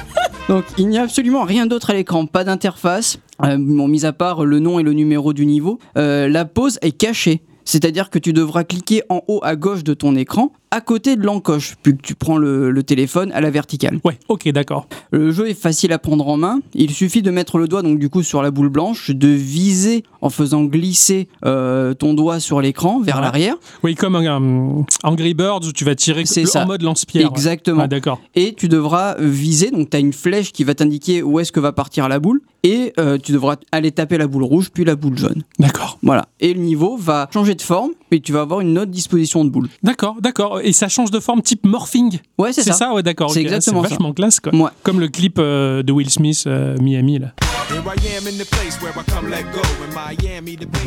Speaker 2: Donc il n'y a absolument rien d'autre à l'écran, pas d'interface, euh, bon, mis à part le nom et le numéro du niveau. Euh, la pause est cachée. C'est-à-dire que tu devras cliquer en haut à gauche de ton écran, à côté de l'encoche, puis que tu prends le- le téléphone à la verticale.
Speaker 3: Ouais, ok, d'accord.
Speaker 2: Le jeu est facile à prendre en main. Il suffit de mettre le doigt donc du coup sur la boule blanche, de viser en faisant glisser euh, ton doigt sur l'écran vers
Speaker 3: Ouais.
Speaker 2: l'arrière.
Speaker 3: Oui, comme un, un Angry Birds où tu vas tirer
Speaker 2: C'est
Speaker 3: le-
Speaker 2: ça.
Speaker 3: en mode lance-pierre.
Speaker 2: Exactement.
Speaker 3: Ah, d'accord.
Speaker 2: et tu devras viser, donc tu as une flèche qui va t'indiquer où est-ce que va partir la boule, et euh, tu devras aller taper la boule rouge puis la boule jaune.
Speaker 3: D'accord.
Speaker 2: Voilà. Et le niveau va changer de forme, et tu vas avoir une autre disposition de boule.
Speaker 3: D'accord, d'accord. Et ça change de forme type morphing.
Speaker 2: Ouais, c'est
Speaker 3: C'est ça.
Speaker 2: ça.
Speaker 3: ouais, d'accord.
Speaker 2: C'est
Speaker 3: ok. Ah,
Speaker 2: exactement ça.
Speaker 3: vachement classe, quoi.
Speaker 2: Ouais.
Speaker 3: Comme le clip euh, de Will Smith, euh, Miami, là.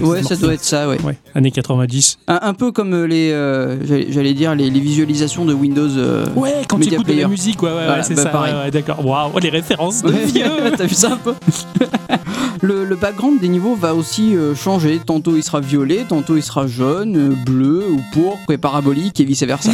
Speaker 2: Ouais, ça doit être ça, ouais.
Speaker 3: Ouais, années 90.
Speaker 2: Un, un peu comme les, euh, j'allais j'allais dire, les, les visualisations de Windows. euh,
Speaker 3: Ouais, quand tu
Speaker 2: Media
Speaker 3: écoutes de
Speaker 2: Player.
Speaker 3: la musique, ouais, ouais,
Speaker 2: Voilà,
Speaker 3: ouais, c'est
Speaker 2: bah,
Speaker 3: ça.
Speaker 2: pareil.
Speaker 3: ouais, ouais, d'accord. Waouh, les références
Speaker 2: *laughs*
Speaker 3: de
Speaker 2: Ouais, *laughs*
Speaker 3: vieux.
Speaker 2: T'as vu ça un peu le, le background des niveaux va aussi euh, changer. Tantôt il sera violet, tantôt il sera jaune, euh, bleu ou pourpre et parabolique et vice versa.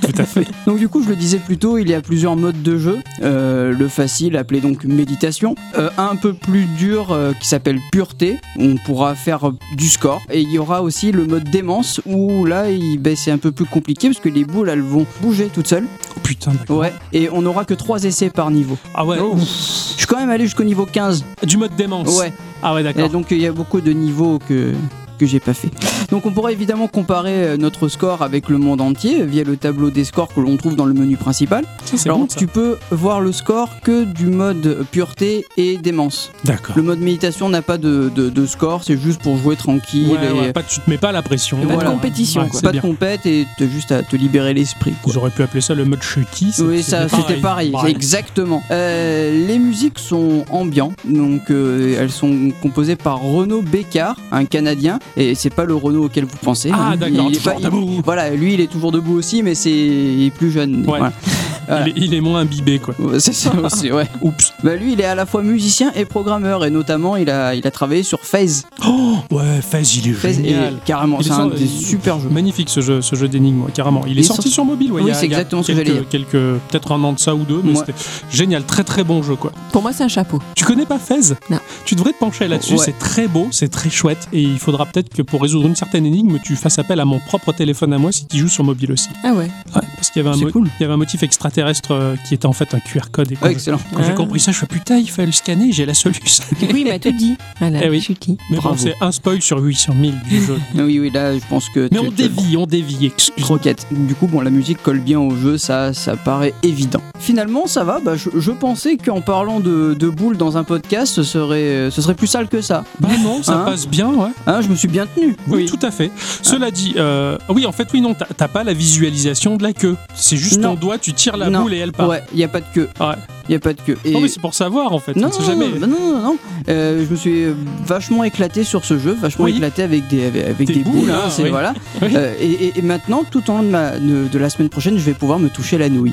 Speaker 3: Tout à fait.
Speaker 2: donc du coup, je le disais plus tôt, il y a plusieurs modes de jeu. Euh, le facile, appelé donc méditation. Euh, un peu plus dur euh, qui s'appelle pureté. On pourra faire euh, du score. Et il y aura aussi le mode démence où là, il- ben, c'est un peu plus compliqué parce que les boules, elles vont bouger toutes seules.
Speaker 3: Oh, putain, d'accord.
Speaker 2: Ouais. Et on n'aura que 3 essais par niveau.
Speaker 3: Ah ouais,
Speaker 2: Je suis quand même allé jusqu'au niveau 15.
Speaker 3: du mode démence.
Speaker 2: Ouais.
Speaker 3: Ah ouais,
Speaker 2: Et
Speaker 3: d'accord.
Speaker 2: donc il y a beaucoup de niveaux que que j'ai pas fait. Donc on pourrait évidemment comparer euh, notre score avec le monde entier via le tableau des scores que l'on trouve dans le menu principal.
Speaker 3: Ça, c'est
Speaker 2: Alors
Speaker 3: bon, ça.
Speaker 2: tu peux voir le score que du mode pureté et démence.
Speaker 3: D'accord.
Speaker 2: Le mode méditation n'a pas de, de- de score, c'est juste pour jouer tranquille
Speaker 3: Ouais,
Speaker 2: et
Speaker 3: ouais, pas, tu te mets pas la pression.
Speaker 2: euh, Pas de
Speaker 1: compétition,
Speaker 3: Ouais,
Speaker 1: quoi.
Speaker 3: c'est
Speaker 2: pas
Speaker 3: bien.
Speaker 2: de compète et t'as juste à te libérer l'esprit. quoi.
Speaker 3: J'aurais pu appeler ça le mode chucky. c'est-
Speaker 2: Oui, ça c'était pareil, c'est exactement. Euh, les musiques sont ambiantes, donc euh, elles sont composées par Renaud Bécard, un Canadien, et c'est pas le Renaud auquel vous pensez.
Speaker 3: Ah,
Speaker 2: hein.
Speaker 3: d'accord,
Speaker 2: Il est
Speaker 3: toujours
Speaker 2: pas- il-
Speaker 3: debout.
Speaker 2: Voilà, lui il est toujours debout aussi, mais c'est il est plus jeune.
Speaker 3: Ouais.
Speaker 2: voilà.
Speaker 3: Il, est, il est moins imbibé, quoi.
Speaker 2: Ouais, C'est ça aussi, ouais.
Speaker 3: Oups.
Speaker 2: Bah, lui, il est à la fois musicien et programmeur, et notamment, il a, il a travaillé sur FaZe.
Speaker 3: Oh, ouais, Fez, il est
Speaker 2: FaZe
Speaker 3: génial.
Speaker 2: est carrément,
Speaker 3: Il
Speaker 2: c'est
Speaker 3: est
Speaker 2: un
Speaker 3: sorti-
Speaker 2: des super jeux.
Speaker 3: Magnifique ce jeu, ce jeu d'énigmes, ouais, carrément. Il, est,
Speaker 2: est
Speaker 3: sorti,
Speaker 2: sorti-
Speaker 3: sur mobile, ouais,
Speaker 2: Oui,
Speaker 3: il y a-
Speaker 2: c'est
Speaker 3: il y a
Speaker 2: exactement ce que
Speaker 3: quelques,
Speaker 2: j'allais dire.
Speaker 3: quelques- peut-être un an de ça ou deux, mais
Speaker 2: Ouais.
Speaker 3: c'était génial, très très bon jeu, quoi.
Speaker 1: Pour moi, c'est un chapeau.
Speaker 3: Tu connais pas Fez
Speaker 1: Non.
Speaker 3: Tu devrais te pencher là-dessus,
Speaker 2: Ouais.
Speaker 3: c'est très beau, c'est très chouette, et il faudra peut-être que pour résoudre une certaine énigme, tu fasses appel à mon propre téléphone à moi si tu joues sur mobile aussi.
Speaker 1: Ah ouais.
Speaker 3: Ouais, parce qu'il y avait un
Speaker 2: C'est
Speaker 3: mo-
Speaker 2: cool.
Speaker 3: il y avait un motif extraterrestre euh, qui était en fait un QR code. Et quand
Speaker 2: Ouais,
Speaker 3: je-
Speaker 2: excellent.
Speaker 3: quand j'ai
Speaker 1: Ah.
Speaker 3: compris ça, je fais putain, il fallait le scanner, j'ai la solution. *laughs*
Speaker 1: Oui, il m'a tout dit. Voilà,
Speaker 3: Eh oui.
Speaker 1: je suis qui
Speaker 3: Mais bon,
Speaker 2: Bravo.
Speaker 3: c'est un spoil sur 800 000 du
Speaker 2: *laughs*
Speaker 3: jeu.
Speaker 2: Oui, oui, là, je pense que.
Speaker 3: Mais
Speaker 2: tu-
Speaker 3: on
Speaker 2: tu-
Speaker 3: dévie, on dévie, excuse-moi.
Speaker 2: Croquette. Du coup, bon, la musique colle bien au jeu, ça, ça paraît évident. Finalement, ça va. Bah, je, je pensais qu'en parlant de, de boules dans un podcast, ce serait, ce serait plus sale que ça.
Speaker 3: Bah non, ça
Speaker 2: Hein
Speaker 3: passe bien, ouais.
Speaker 2: Hein, je me suis bien tenu.
Speaker 3: Oui, tout à fait. Cela dit, euh, oui, en fait, oui, non, t'as- t'as pas la visualisation de la queue. C'est juste
Speaker 2: Non.
Speaker 3: ton doigt, tu tires la
Speaker 2: Non.
Speaker 3: boule et elle part.
Speaker 2: Ouais, il n'y a pas de queue.
Speaker 3: Ouais.
Speaker 2: Il n'y a pas de queue. Et-
Speaker 3: Non, mais c'est pour savoir en fait.
Speaker 2: non,
Speaker 3: on sait
Speaker 2: non,
Speaker 3: jamais.
Speaker 2: non, non, non, non, non. Euh, je me suis euh, vachement éclaté sur ce jeu, vachement
Speaker 3: Oui.
Speaker 2: éclaté avec des, avec, avec
Speaker 3: Des
Speaker 2: des,
Speaker 3: boules,
Speaker 2: boules. hein,
Speaker 3: ah,
Speaker 2: c'est-
Speaker 3: oui.
Speaker 2: voilà.
Speaker 3: Oui.
Speaker 2: Euh, et, et- et maintenant, tout au long de, ma- de- de la semaine prochaine, je vais pouvoir me toucher la nouille.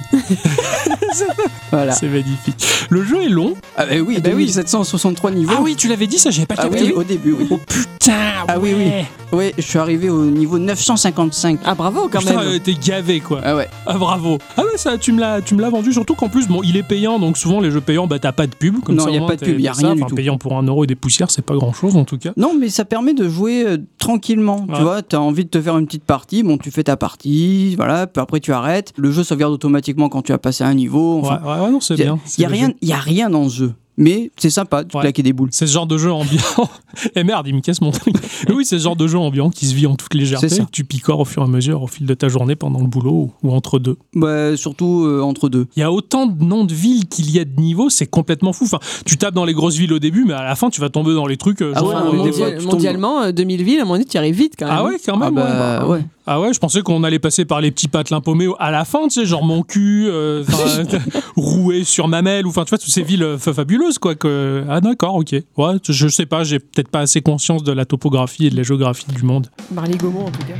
Speaker 2: voilà.
Speaker 3: *laughs* C'est magnifique. Le jeu est long.
Speaker 2: Ah, bah oui,
Speaker 3: bah oui.
Speaker 2: 2763 niveaux.
Speaker 3: Ah oui, tu l'avais dit ça, j'avais pas
Speaker 2: Ah
Speaker 3: capté.
Speaker 2: oui, au début, oui.
Speaker 3: Oh putain
Speaker 2: Ah oui, oui.
Speaker 3: ouais.
Speaker 2: Ouais, je suis arrivé au niveau 955.
Speaker 1: Ah bravo quand
Speaker 3: Putain,
Speaker 1: même.
Speaker 3: euh, t'es gavé quoi.
Speaker 2: Ah ouais.
Speaker 3: Ah bravo. Ah ouais, ça, tu me l'as, tu me l'as vendu. Surtout qu'en plus, bon, il est payant, donc souvent les jeux payants, bah t'as pas de pub. Comme
Speaker 2: Non,
Speaker 3: ça,
Speaker 2: y a
Speaker 3: au moins,
Speaker 2: pas de
Speaker 3: t'es-
Speaker 2: pub, y a
Speaker 3: t'as ça.
Speaker 2: rien du
Speaker 3: Enfin,
Speaker 2: tout.
Speaker 3: Payant pour un euro et des poussières, c'est pas grand chose en tout cas.
Speaker 2: Non, mais ça permet de jouer euh, tranquillement.
Speaker 3: Ouais.
Speaker 2: Tu vois, t'as envie de te faire une petite partie. Bon, tu fais ta partie, voilà. Puis après, tu arrêtes. Le jeu sauvegarde automatiquement quand tu as passé un niveau. Enfin,
Speaker 3: ouais, ouais, ouais, non, c'est
Speaker 2: il y a,
Speaker 3: bien.
Speaker 2: y
Speaker 3: C'est
Speaker 2: a
Speaker 3: le
Speaker 2: rien,
Speaker 3: jeu.
Speaker 2: y a rien dans ce jeu. Mais c'est sympa de
Speaker 3: Ouais.
Speaker 2: claquer des boules.
Speaker 3: C'est ce genre de jeu ambiant. *laughs* Et merde, il me casse
Speaker 2: *laughs*
Speaker 3: mon truc. Mais oui, c'est ce genre de jeu ambiant qui se vit en toute légèreté,
Speaker 2: C'est ça.
Speaker 3: que tu picores au fur et à mesure au fil de ta journée pendant le boulot ou, ou entre deux.
Speaker 2: Bah, surtout euh, entre deux.
Speaker 3: Il y a autant de noms de villes qu'il y a de niveaux, c'est complètement fou. Enfin, tu tapes dans les grosses villes au début, mais à la fin, tu vas tomber dans les trucs. euh,
Speaker 2: Ah
Speaker 3: genre,
Speaker 2: ouais,
Speaker 3: euh,
Speaker 2: mais des fois,
Speaker 1: mondial-
Speaker 2: tu tombes-
Speaker 1: mondialement, euh, 2000 villes, à mon avis, tu y arrives vite quand même.
Speaker 3: Ah ouais, quand
Speaker 2: Ah
Speaker 3: même. ouais.
Speaker 2: bah, ouais.
Speaker 3: Ah ouais, je pensais qu'on allait passer par les petits patelins paumés à la fin, tu sais, genre mon cul, euh, enfin,
Speaker 2: *laughs*
Speaker 3: *laughs* roué sur mamelle, ou enfin, tu vois, toutes ces villes euh, fa- fabuleuses, quoi. Que... Ah d'accord, ok. Ouais, je sais pas, j'ai peut-être pas assez conscience de la topographie et de la géographie du monde.
Speaker 1: Marley Gaumont en tout cas.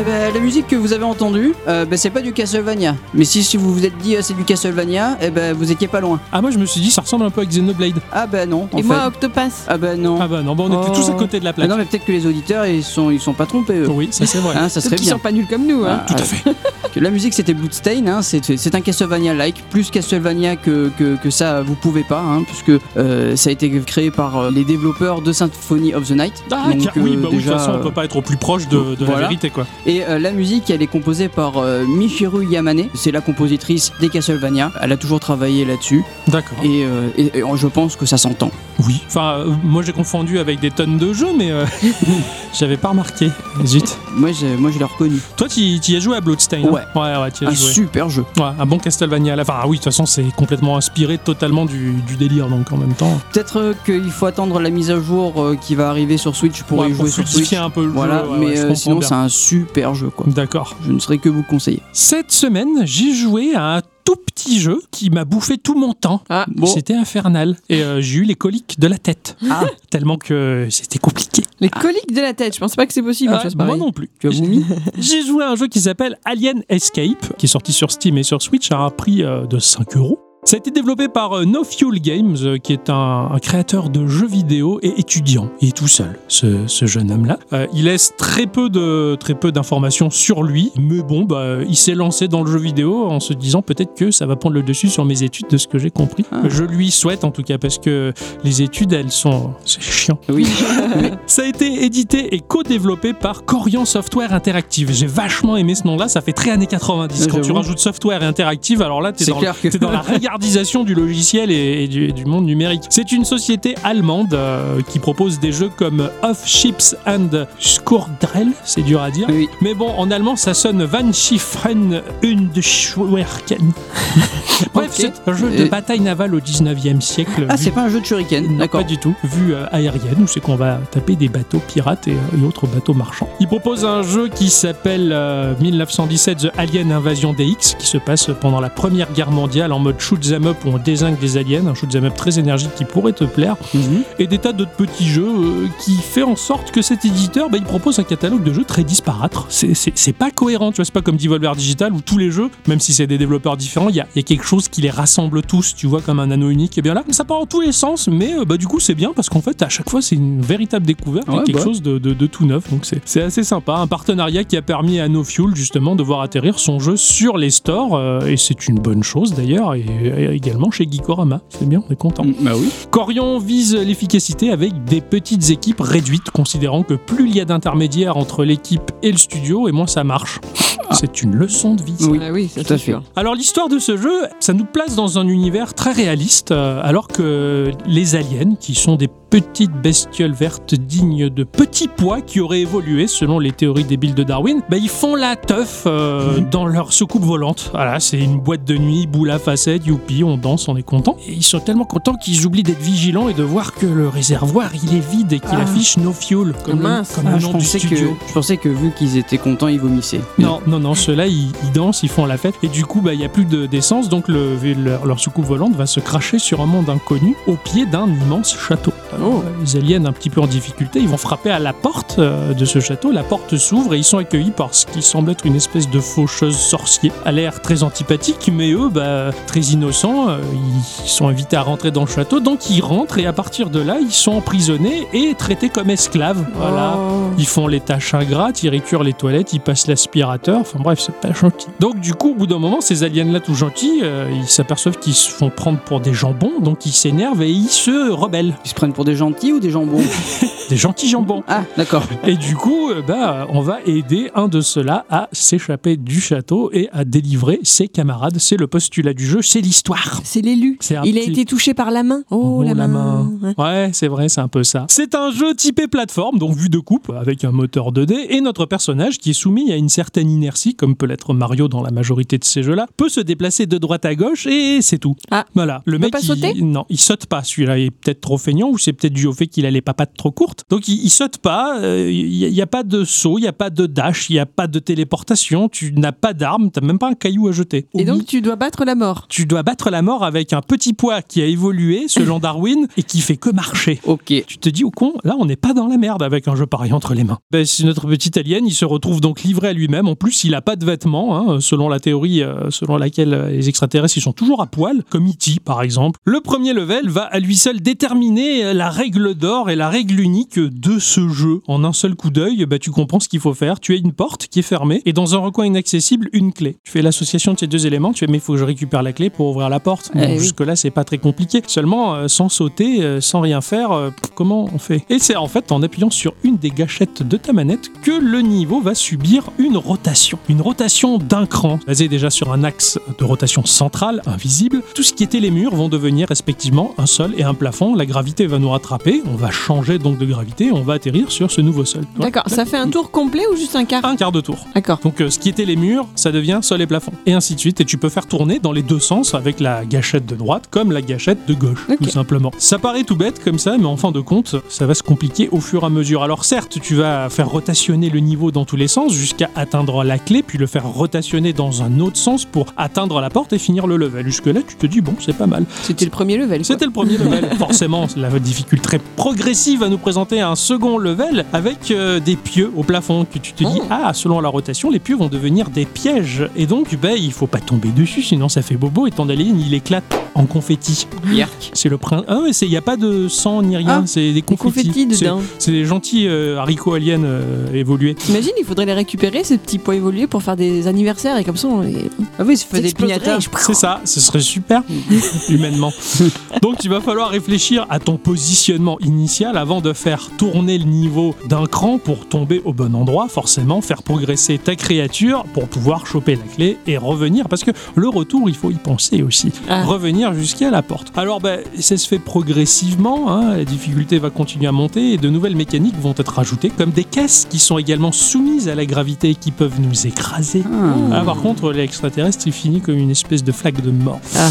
Speaker 2: Eh ben, la musique que vous avez entendue, euh, ben, c'est pas du Castlevania. Mais si, si vous vous êtes dit euh, c'est du Castlevania, eh ben, vous étiez pas loin.
Speaker 3: Ah, moi, je me suis dit, ça ressemble un peu à Xenoblade.
Speaker 2: Ah bah non, en
Speaker 1: Et
Speaker 2: fait.
Speaker 1: moi, Octopass.
Speaker 2: Ah bah non.
Speaker 3: Ah bah non, bah, on était
Speaker 1: Oh.
Speaker 3: tous à côté de la
Speaker 2: Mais
Speaker 3: plaque.
Speaker 2: non, mais peut-être que les auditeurs, ils sont, ils sont pas trompés, eux.
Speaker 3: Oui, ça c'est vrai.
Speaker 2: Ah, Hein, ça serait
Speaker 1: Ceux qui
Speaker 2: bien.
Speaker 1: sont pas nuls comme nous. Hein.
Speaker 2: Ah, ah,
Speaker 3: fait.
Speaker 2: que La musique c'était Bloodstain, hein, c'est c'est un Castlevania-like, plus Castlevania que, que, que ça vous pouvez pas, hein, puisque euh, ça a été créé par euh, les développeurs de Symphony of the Night.
Speaker 3: Ah,
Speaker 2: Donc,
Speaker 3: car- oui,
Speaker 2: euh,
Speaker 3: bah oui, de toute
Speaker 2: déjà, euh,
Speaker 3: façon, on peut pas être au plus proche de, de la
Speaker 2: voilà.
Speaker 3: vérité, quoi.
Speaker 2: Et euh, la musique, elle est composée par euh, Michiru Yamane, c'est la compositrice des Castlevania, elle a toujours travaillé là-dessus,
Speaker 3: D'accord.
Speaker 2: et, euh, et- et, euh, je pense que ça s'entend.
Speaker 3: Oui. Enfin, euh, moi j'ai confondu avec des tonnes de jeux,
Speaker 2: *laughs*
Speaker 3: mais euh, j'avais pas remarqué. Zut.
Speaker 2: Moi, j'ai- moi je l'ai reconnu.
Speaker 3: Toi, tu y as joué à Bloodstained hein
Speaker 2: Ouais. Ah,
Speaker 3: Ouais, ouais, tu y as
Speaker 2: Un
Speaker 3: joué.
Speaker 2: super jeu.
Speaker 3: Ouais, un bon Castlevania à la fin. Ah oui, de toute façon, c'est complètement inspiré totalement du, du délire, donc en même temps.
Speaker 2: Peut-être euh, qu'il faut attendre la mise à jour euh, qui va arriver sur Switch pour
Speaker 3: Ouais,
Speaker 2: y jouer sur Switch.
Speaker 3: fluidifier un peu le
Speaker 2: Voilà,
Speaker 3: jeu. ouais,
Speaker 2: mais
Speaker 3: ouais, je
Speaker 2: euh,
Speaker 3: comprends
Speaker 2: sinon
Speaker 3: bien.
Speaker 2: c'est un super jeu quoi.
Speaker 3: D'accord.
Speaker 2: Je ne saurais que vous conseiller.
Speaker 3: Cette semaine, j'ai joué à un tout petit jeu qui m'a bouffé tout mon temps.
Speaker 1: Ah,
Speaker 2: Bon.
Speaker 3: C'était infernal. Et euh, j'ai eu les coliques de la tête.
Speaker 2: Ah.
Speaker 3: Tellement que c'était compliqué.
Speaker 1: les coliques de la tête, je pense pas que c'est possible.
Speaker 3: Ah,
Speaker 1: ça, c'est
Speaker 2: bah
Speaker 3: moi
Speaker 1: pareil.
Speaker 3: non plus.
Speaker 2: Tu as vomi
Speaker 3: J'ai joué à un jeu qui s'appelle Alien Escape, qui est sorti sur Steam et sur Switch à un prix euh, de 5 euros. Ça a été développé par euh, No Fuel Games, euh, qui est un, un créateur de jeux vidéo et étudiant. Il est tout seul, ce, ce jeune homme-là. Euh, il laisse très peu de très peu d'informations sur lui, mais bon, bah, il s'est lancé dans le jeu vidéo en se disant peut-être que ça va prendre le dessus sur mes études, de ce que j'ai compris.
Speaker 2: Ah.
Speaker 3: Je lui souhaite en tout cas parce que les études, elles sont c'est chiant.
Speaker 2: Oui.
Speaker 3: Ça a été édité et co-développé par Corian Software Interactive. J'ai vachement aimé ce nom-là, ça fait très années 90.
Speaker 2: Ouais,
Speaker 3: Quand tu
Speaker 2: j'avoue.
Speaker 3: rajoutes software et interactive, alors là, *laughs* t'es
Speaker 2: C'est
Speaker 3: dans,
Speaker 2: clair que-
Speaker 3: t'es dans la regardisation du logiciel et, et du, et du monde numérique. C'est une société allemande euh, qui propose des jeux comme euh, Off Ships and Skurdrel, c'est dur à dire.
Speaker 2: Oui.
Speaker 3: Mais bon, en allemand, ça sonne Van Schiffen
Speaker 2: *laughs*
Speaker 3: und Schwerken. Bref,
Speaker 2: Ok.
Speaker 3: c'est un jeu de
Speaker 2: Et-
Speaker 3: bataille navale au 19e siècle.
Speaker 2: *laughs* Ah,
Speaker 3: vu
Speaker 2: c'est pas un jeu de shuriken,
Speaker 3: non,
Speaker 2: d'accord.
Speaker 3: pas du tout. Vue euh, aérienne, où c'est qu'on va taper des bateaux pirates et, euh, et autres bateaux marchands. Il propose un jeu qui s'appelle euh, 1917 The Alien Invasion DX, qui se passe pendant la Première Guerre mondiale en mode shoot 'em up où on désingue des aliens, un shoot 'em up très énergique qui pourrait te plaire,
Speaker 2: Mhm.
Speaker 3: et des tas d'autres petits jeux euh, qui fait en sorte que cet éditeur, bah, il propose un catalogue de jeux très disparate. C'est- C'est c'est pas cohérent, tu vois, c'est pas comme Devolver Digital où tous les jeux, même si c'est des développeurs différents, il y a, il y a quelque chose qui les rassemble tous, tu vois, comme un anneau unique. Et bien là, ça part en tous les sens, mais euh, bah, du coup, c'est bien parce qu'en fait, à chaque fois, c'est une véritable découverte et
Speaker 2: Ouais,
Speaker 3: quelque
Speaker 2: bah.
Speaker 3: chose de, de- de tout neuf. Donc c'est c'est assez sympa. Un partenariat qui a permis à No Fuel, justement, de voir atterrir son jeu sur les stores, euh, et c'est une bonne chose d'ailleurs, et, et également chez Geekorama. C'est bien, on est content.
Speaker 2: Mm, Bah oui.
Speaker 3: Corian vise l'efficacité avec des petites équipes réduites, considérant que plus il y a d'intermédiaires entre l'équipe et le studio, et moins ça marche. C'est une leçon de vie. ça.
Speaker 1: Oui, ah, oui ça,
Speaker 2: Tout à
Speaker 1: c'est
Speaker 2: fait.
Speaker 1: sûr.
Speaker 3: Alors l'histoire de ce jeu, ça nous place dans un univers très réaliste, euh, alors que les aliens, qui sont des petites bestioles vertes dignes de petits pois qui auraient évolué selon les théories débiles de Darwin, bah, ils font la teuf euh,
Speaker 2: Mhm.
Speaker 3: dans leur soucoupe volante. Voilà, c'est une boîte de nuit, boule à facettes, youpi, on danse, on est content. Et ils sont tellement contents qu'ils oublient d'être vigilants et de voir que le réservoir il est vide et qu'il
Speaker 2: Ah.
Speaker 3: affiche no fuel comme, le-
Speaker 1: mince.
Speaker 3: comme
Speaker 2: Ah,
Speaker 3: le
Speaker 2: je
Speaker 3: nom du
Speaker 2: pensais que
Speaker 3: studio.
Speaker 2: je pensais que vu qu'ils étaient contents, ils vomissaient.
Speaker 3: Non, non, non, ceux-là, ils, ils dansent, ils font la fête. Et du coup, bah, il n'y a plus de- d'essence, donc le, leur, leur soucoupe volante va se cracher sur un monde inconnu au pied d'un immense château. Euh,
Speaker 1: Oh.
Speaker 3: Les aliens, un petit peu en difficulté, ils vont frapper à la porte euh, de ce château. La porte s'ouvre et ils sont accueillis par ce qui semble être une espèce de faucheuse sorcier. À l'air très antipathique, mais eux, bah, très innocents, euh, ils sont invités à rentrer dans le château. Donc ils rentrent et à partir de là, ils sont emprisonnés et traités comme esclaves. Voilà.
Speaker 1: Oh.
Speaker 3: Ils font les tâches ingrates, ils récurent les toilettes, ils passent l'aspirateur, enfin bref, c'est pas gentil. Donc du coup, au bout d'un moment, ces aliens-là tout gentils, euh, ils s'aperçoivent qu'ils se font prendre pour des jambons, donc ils s'énervent et ils se rebellent.
Speaker 2: Ils se prennent pour des gentils ou des jambons
Speaker 3: Des
Speaker 2: *laughs*
Speaker 3: gentils jambons.
Speaker 2: Ah, d'accord.
Speaker 3: Et du coup, euh, bah, on va aider un de ceux-là à s'échapper du château et à délivrer ses camarades. C'est le postulat du jeu, c'est l'histoire.
Speaker 1: C'est l'élu.
Speaker 3: C'est un
Speaker 1: Il a
Speaker 3: petit-
Speaker 1: été touché par la main. Oh,
Speaker 3: Oh,
Speaker 1: la,
Speaker 3: la
Speaker 1: main. Ouais.
Speaker 3: Ouais, c'est vrai, c'est un peu ça. C'est un jeu typé plateforme, donc vue de coupe, avec un moteur 2D, et notre personnage, qui est soumis à une certaine inertie, comme peut l'être Mario dans la majorité de ces jeux-là, peut se déplacer de droite à gauche, et c'est tout.
Speaker 1: Ah.
Speaker 3: Voilà. Le mec,
Speaker 1: pas
Speaker 3: il-
Speaker 1: sauter
Speaker 3: Non, il saute pas. Celui-là il est peut-être trop feignant, ou c'est peut-être dû au fait qu'il a les papates trop courtes. Donc il, il saute pas, euh, il n'y a, pas de saut, il n'y a pas de dash, il n'y a pas de téléportation, tu n'as pas d'arme, t'as même pas un caillou à jeter.
Speaker 1: Et
Speaker 3: Au
Speaker 1: donc, tu dois battre la mort.
Speaker 3: tu dois battre la mort avec un petit poids qui a évolué
Speaker 1: *laughs*
Speaker 3: selon Darwin et qui fait que marcher.
Speaker 2: Ok.
Speaker 3: Tu te dis, au con, là, on n'est pas dans la merde avec un jeu pareil entre les mains. Ben, c'est notre petit alien, il se retrouve donc livré à lui-même. En plus, il n'a pas de vêtements, hein, selon la théorie euh, selon laquelle euh, E les extraterrestres, ils sont toujours à poil, comme E.T. par exemple. Le premier level va à lui seul déterminer euh, la la règle d'or et la règle unique de ce jeu. En un seul coup d'œil, bah, tu comprends ce qu'il faut faire. Tu as une porte qui est fermée et dans un recoin inaccessible, une clé. Tu fais l'association de ces deux éléments, tu fais mais il faut que je récupère la clé pour ouvrir la porte.
Speaker 2: Eh
Speaker 3: Bon,
Speaker 2: oui.
Speaker 3: Jusque-là, c'est pas très compliqué. Seulement, euh, sans sauter, euh, sans rien faire, euh, pff, comment on fait Et c'est en fait en appuyant sur une des gâchettes de ta manette que le niveau va subir une rotation. Une rotation d'un cran, basée déjà sur un axe de rotation centrale, invisible. Tout ce qui était les murs vont devenir respectivement un sol et un plafond. La gravité va nous rattraper. On va changer donc de gravité. On va atterrir sur ce nouveau sol. Tu vois
Speaker 1: D'accord, ça fait un tour complet ou juste un
Speaker 2: Ah.
Speaker 1: quart
Speaker 3: Un quart de tour.
Speaker 1: D'accord.
Speaker 3: Donc euh, ce qui était les murs, ça devient sol et plafond. Et ainsi de suite. Et tu peux faire tourner dans les deux sens avec la gâchette de droite comme la gâchette de gauche,
Speaker 1: Ok.
Speaker 3: tout simplement. Ça paraît tout bête comme ça, mais en fin de compte, ça va se compliquer au fur et à mesure. Alors certes, tu vas faire rotationner le niveau dans tous les sens jusqu'à atteindre la clé, puis le faire rotationner dans un autre sens pour atteindre la porte et finir le level. Jusque-là, tu te dis, bon, c'est pas mal.
Speaker 1: C'était le premier level. quoi.
Speaker 3: C'était le premier
Speaker 1: *laughs*
Speaker 3: level. Forcément, la difficulté très progressive à nous présenter un second level avec euh, des pieux au plafond que tu te dis
Speaker 1: Oh.
Speaker 3: ah selon la rotation les pieux vont devenir des pièges et donc ben il faut pas tomber dessus sinon ça fait bobo et ton alien il éclate en confetti.
Speaker 2: Yark.
Speaker 3: C'est le prince. Ah ouais, c'est il y a pas de sang ni rien,
Speaker 1: Ah,
Speaker 3: c'est des
Speaker 1: Des
Speaker 3: confettis.
Speaker 1: confettis
Speaker 3: C'est-
Speaker 1: dedans.
Speaker 3: c'est des gentils euh, haricots aliens euh, évolués.
Speaker 1: T'imagines, il faudrait les récupérer, ces petits pois évolués, pour faire des anniversaires et comme ça, on les.
Speaker 2: Ah oui, ça fait des
Speaker 1: exploserait.
Speaker 2: pignatins.
Speaker 3: C'est ça, ce serait super humainement. Donc il va falloir réfléchir à ton positionnement initial avant de faire tourner le niveau d'un cran pour tomber au bon endroit, forcément faire progresser ta créature pour pouvoir choper la clé et revenir parce que le retour, il faut y penser aussi.
Speaker 1: Ah.
Speaker 3: Revenir jusqu'à la porte. Alors ben, ça se fait progressivement, hein, la difficulté va continuer à monter et de nouvelles mécaniques vont être rajoutées comme des caisses qui sont également soumises à la gravité et qui peuvent nous écraser.
Speaker 2: Ah.
Speaker 3: Ah, par contre, l'extraterrestre, il finit comme une espèce de flaque de mort.
Speaker 1: Ah.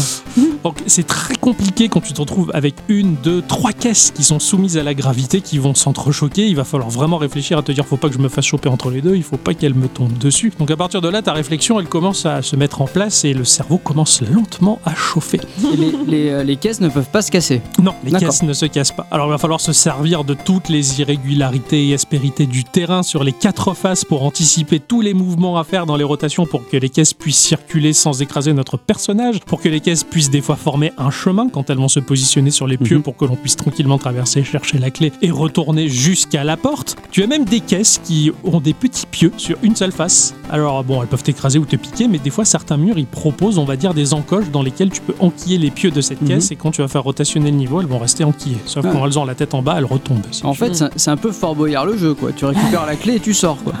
Speaker 3: Donc, c'est très compliqué quand tu te retrouves avec une, deux, trois caisses qui sont soumises à la gravité, qui vont s'entrechoquer. Il va falloir vraiment réfléchir à te dire faut pas que je me fasse choper entre les deux, il faut pas qu'elle me tombe dessus. Donc, à partir de là, ta réflexion, elle commence à se mettre en place et le cerveau commence lentement à chauffer.
Speaker 2: Et les, les, euh, les caisses ne peuvent pas se casser.
Speaker 3: Non, les
Speaker 2: D'accord.
Speaker 3: caisses ne se cassent pas. Alors il va falloir se servir de toutes les irrégularités et aspérités du terrain sur les quatre faces pour anticiper tous les mouvements à faire dans les rotations pour que les caisses puissent circuler sans écraser notre personnage, pour que les caisses puissent des fois former un chemin quand elles vont se positionner sur les pieux
Speaker 2: Mhm.
Speaker 3: pour que l'on puisse tranquillement traverser, chercher la clé et retourner jusqu'à la porte. Tu as même des caisses qui ont des petits pieux sur une seule face. Alors bon, elles peuvent t'écraser ou te piquer, mais des fois certains murs ils proposent, on va dire, des encoches dans lesquelles tu peux enquiller les pieux de cette
Speaker 2: Mhm.
Speaker 3: caisse et quand tu vas faire rotationner le niveau, elles vont rester enquillées. Sauf
Speaker 2: Ah.
Speaker 3: quand elles ont la tête en bas, elles retombent. si
Speaker 2: En
Speaker 3: tu veux.
Speaker 2: fait, c'est un- c'est un peu Fort Boyard le jeu, quoi. Tu récupères la clé et tu sors, quoi.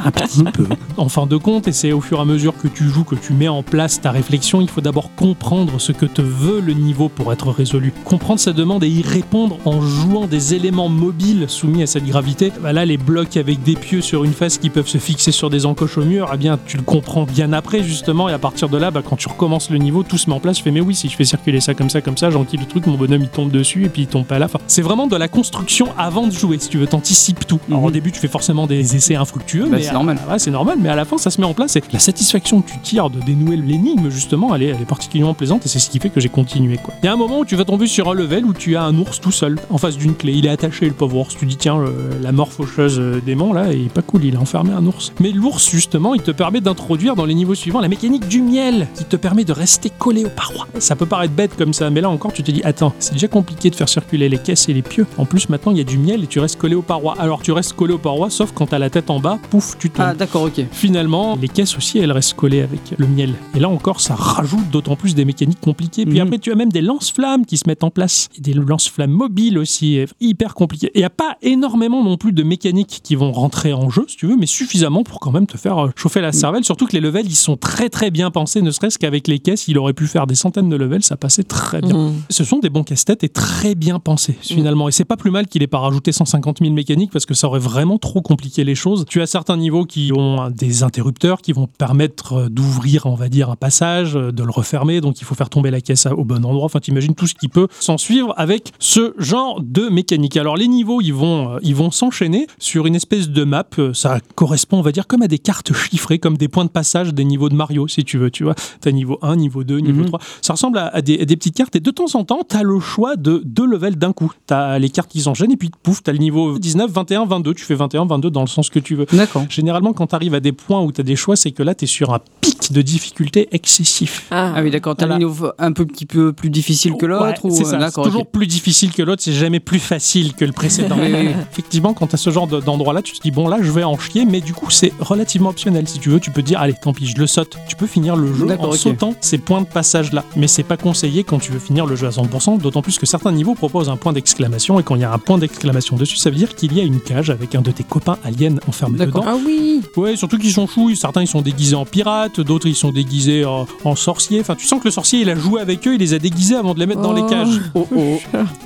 Speaker 3: en fin de compte, et c'est au fur et à mesure que tu joues, que tu mets en place ta réflexion, il faut d'abord comprendre ce que te veut le niveau pour être résolu. Comprendre sa demande et y répondre en jouant des éléments mobiles soumis à cette gravité. Bah là, les blocs avec des pieux sur une face qui peuvent se fixer sur des encoches au mur, eh bien, tu le comprends bien après, justement, et à partir de là, bah, quand tu recommences le niveau, tout se met en place. Je fais, mais oui, si je fais circuler ça comme ça, comme ça, j'enquille le truc, mon bonhomme il tombe dessus et puis il tombe pas là. Enfin, c'est vraiment de la construction avant de jouer, si tu veux, t'anticipes tout. Alors,
Speaker 2: Mhm.
Speaker 3: au début, tu fais forcément des essais infructueux,
Speaker 2: *laughs* Bah,
Speaker 3: mais
Speaker 2: c'est
Speaker 3: à- *laughs*
Speaker 2: normal.
Speaker 3: ah ouais, c'est normal, mais à la fin, ça se met en place. Et la satisfaction que tu tires de dénouer l'énigme, justement, elle est, elle est particulièrement plaisante et c'est ce qui fait que j'ai continué. quoi. Il y a un moment où tu vas tomber sur un level où tu as un ours tout seul en face d'une clé. Il est attaché, le pauvre ours. Tu dis, tiens, euh, la mort faucheuse euh, démon, là, il est pas cool, il a enfermé un ours. Mais l'ours, justement, il te permet d'introduire dans les niveaux suivants la mécanique du miel qui te permet de rester collé aux parois. Ça peut paraître bête comme ça, mais là encore, tu te dis, attends, c'est déjà compliqué de faire circuler les caisses et les pieux. En plus, maintenant, il y a du miel et tu restes collé aux parois. Alors, tu restes collé aux parois, sauf quand t'as la tête en bas, pouf, tu tombes.
Speaker 2: Ah, d'accord, ok.
Speaker 3: Finalement, les caisses aussi, elles restent collées avec le miel. Et là encore, ça rajoute d'autant plus des mécaniques compliquées. Puis
Speaker 2: Mhm.
Speaker 3: après, tu as même des lance-flammes qui se mettent en place. Et des lance-flammes mobiles aussi, euh, hyper compliquées. Et il n'y a pas énormément non plus de mécaniques qui vont rentrer en jeu, si tu veux, mais suffisamment pour quand même te faire euh, chauffer
Speaker 2: Mhm.
Speaker 3: la cervelle. Surtout que les levels, ils sont très très bien pensés, ne serait-ce qu'avec les caisses, il aurait pu faire des centaines de levels, ça passait très bien
Speaker 1: Mhm.
Speaker 3: ce sont des bons casse-tête et très bien pensés finalement. Et c'est pas plus mal qu'il ait pas rajouté 150 000 mécaniques parce que ça aurait vraiment trop compliqué les choses. Tu as certains niveaux qui ont euh, des interrupteurs qui vont permettre euh, d'ouvrir, on va dire, un passage, euh, de le refermer. Donc il faut faire tomber la caisse à- au bon endroit. Enfin, t'imagines tout ce qui peut s'en suivre avec ce genre de mécanique. Alors les niveaux, ils vont, euh, ils vont s'enchaîner sur une espèce de map. Euh, Ça correspond, on va dire, comme à des cartes chiffrées, comme des points de passage des niveaux de Mario, si tu veux. Tu vois, t'as niveau 1, niveau 2, niveau
Speaker 2: Mhm.
Speaker 3: 3. Ça ressemble à, à des des petites cartes et de temps en temps, t'as le choix de deux levels d'un coup. T'as les cartes qui s'enchaînent et puis pouf, t'as le niveau 19, 21, 22. Tu fais 21, 22 dans le sens que tu veux.
Speaker 2: D'accord.
Speaker 3: Généralement, quand t'arrives à des points où t'as des choix, c'est que là, t'es sur un pic de difficulté excessif.
Speaker 1: Ah,
Speaker 2: Ah oui, d'accord. T'as
Speaker 3: Voilà.
Speaker 2: une info un peu petit peu plus difficile que l'autre
Speaker 3: Ouais,
Speaker 2: ou euh,
Speaker 3: c'est ça, c'est
Speaker 2: d'accord.
Speaker 3: toujours
Speaker 2: ok.
Speaker 3: plus difficile que l'autre, c'est jamais plus facile que le précédent.
Speaker 2: *laughs* Oui, oui, oui.
Speaker 3: Effectivement, quand tu as ce genre de- d'endroit-là, tu te dis, bon, là, je vais en chier, mais du coup, c'est relativement optionnel. Si tu veux, tu peux dire, allez, tant pis, je le saute. Tu peux finir le jeu en
Speaker 2: D'accord, ok.
Speaker 3: sautant ces points de passage-là. Mais c'est pas conseillé quand tu veux finir le jeu à 100%, d'autant plus que certains niveaux proposent un point d'exclamation, et quand il y a un point d'exclamation dessus, ça veut dire qu'il y a une cage avec un de tes copains aliens enfermé
Speaker 2: D'accord.
Speaker 3: dedans.
Speaker 1: Ah oui
Speaker 3: Ouais, surtout qu'ils sont chouilles. Certains ils sont déguisés en pirates, d'autres ils sont déguisés en, en sorciers. Enfin, tu sens que le sorcier il a joué avec eux, il les a déguisés avant de les mettre dans les
Speaker 1: Oh.
Speaker 3: cages.
Speaker 2: Oh, oh.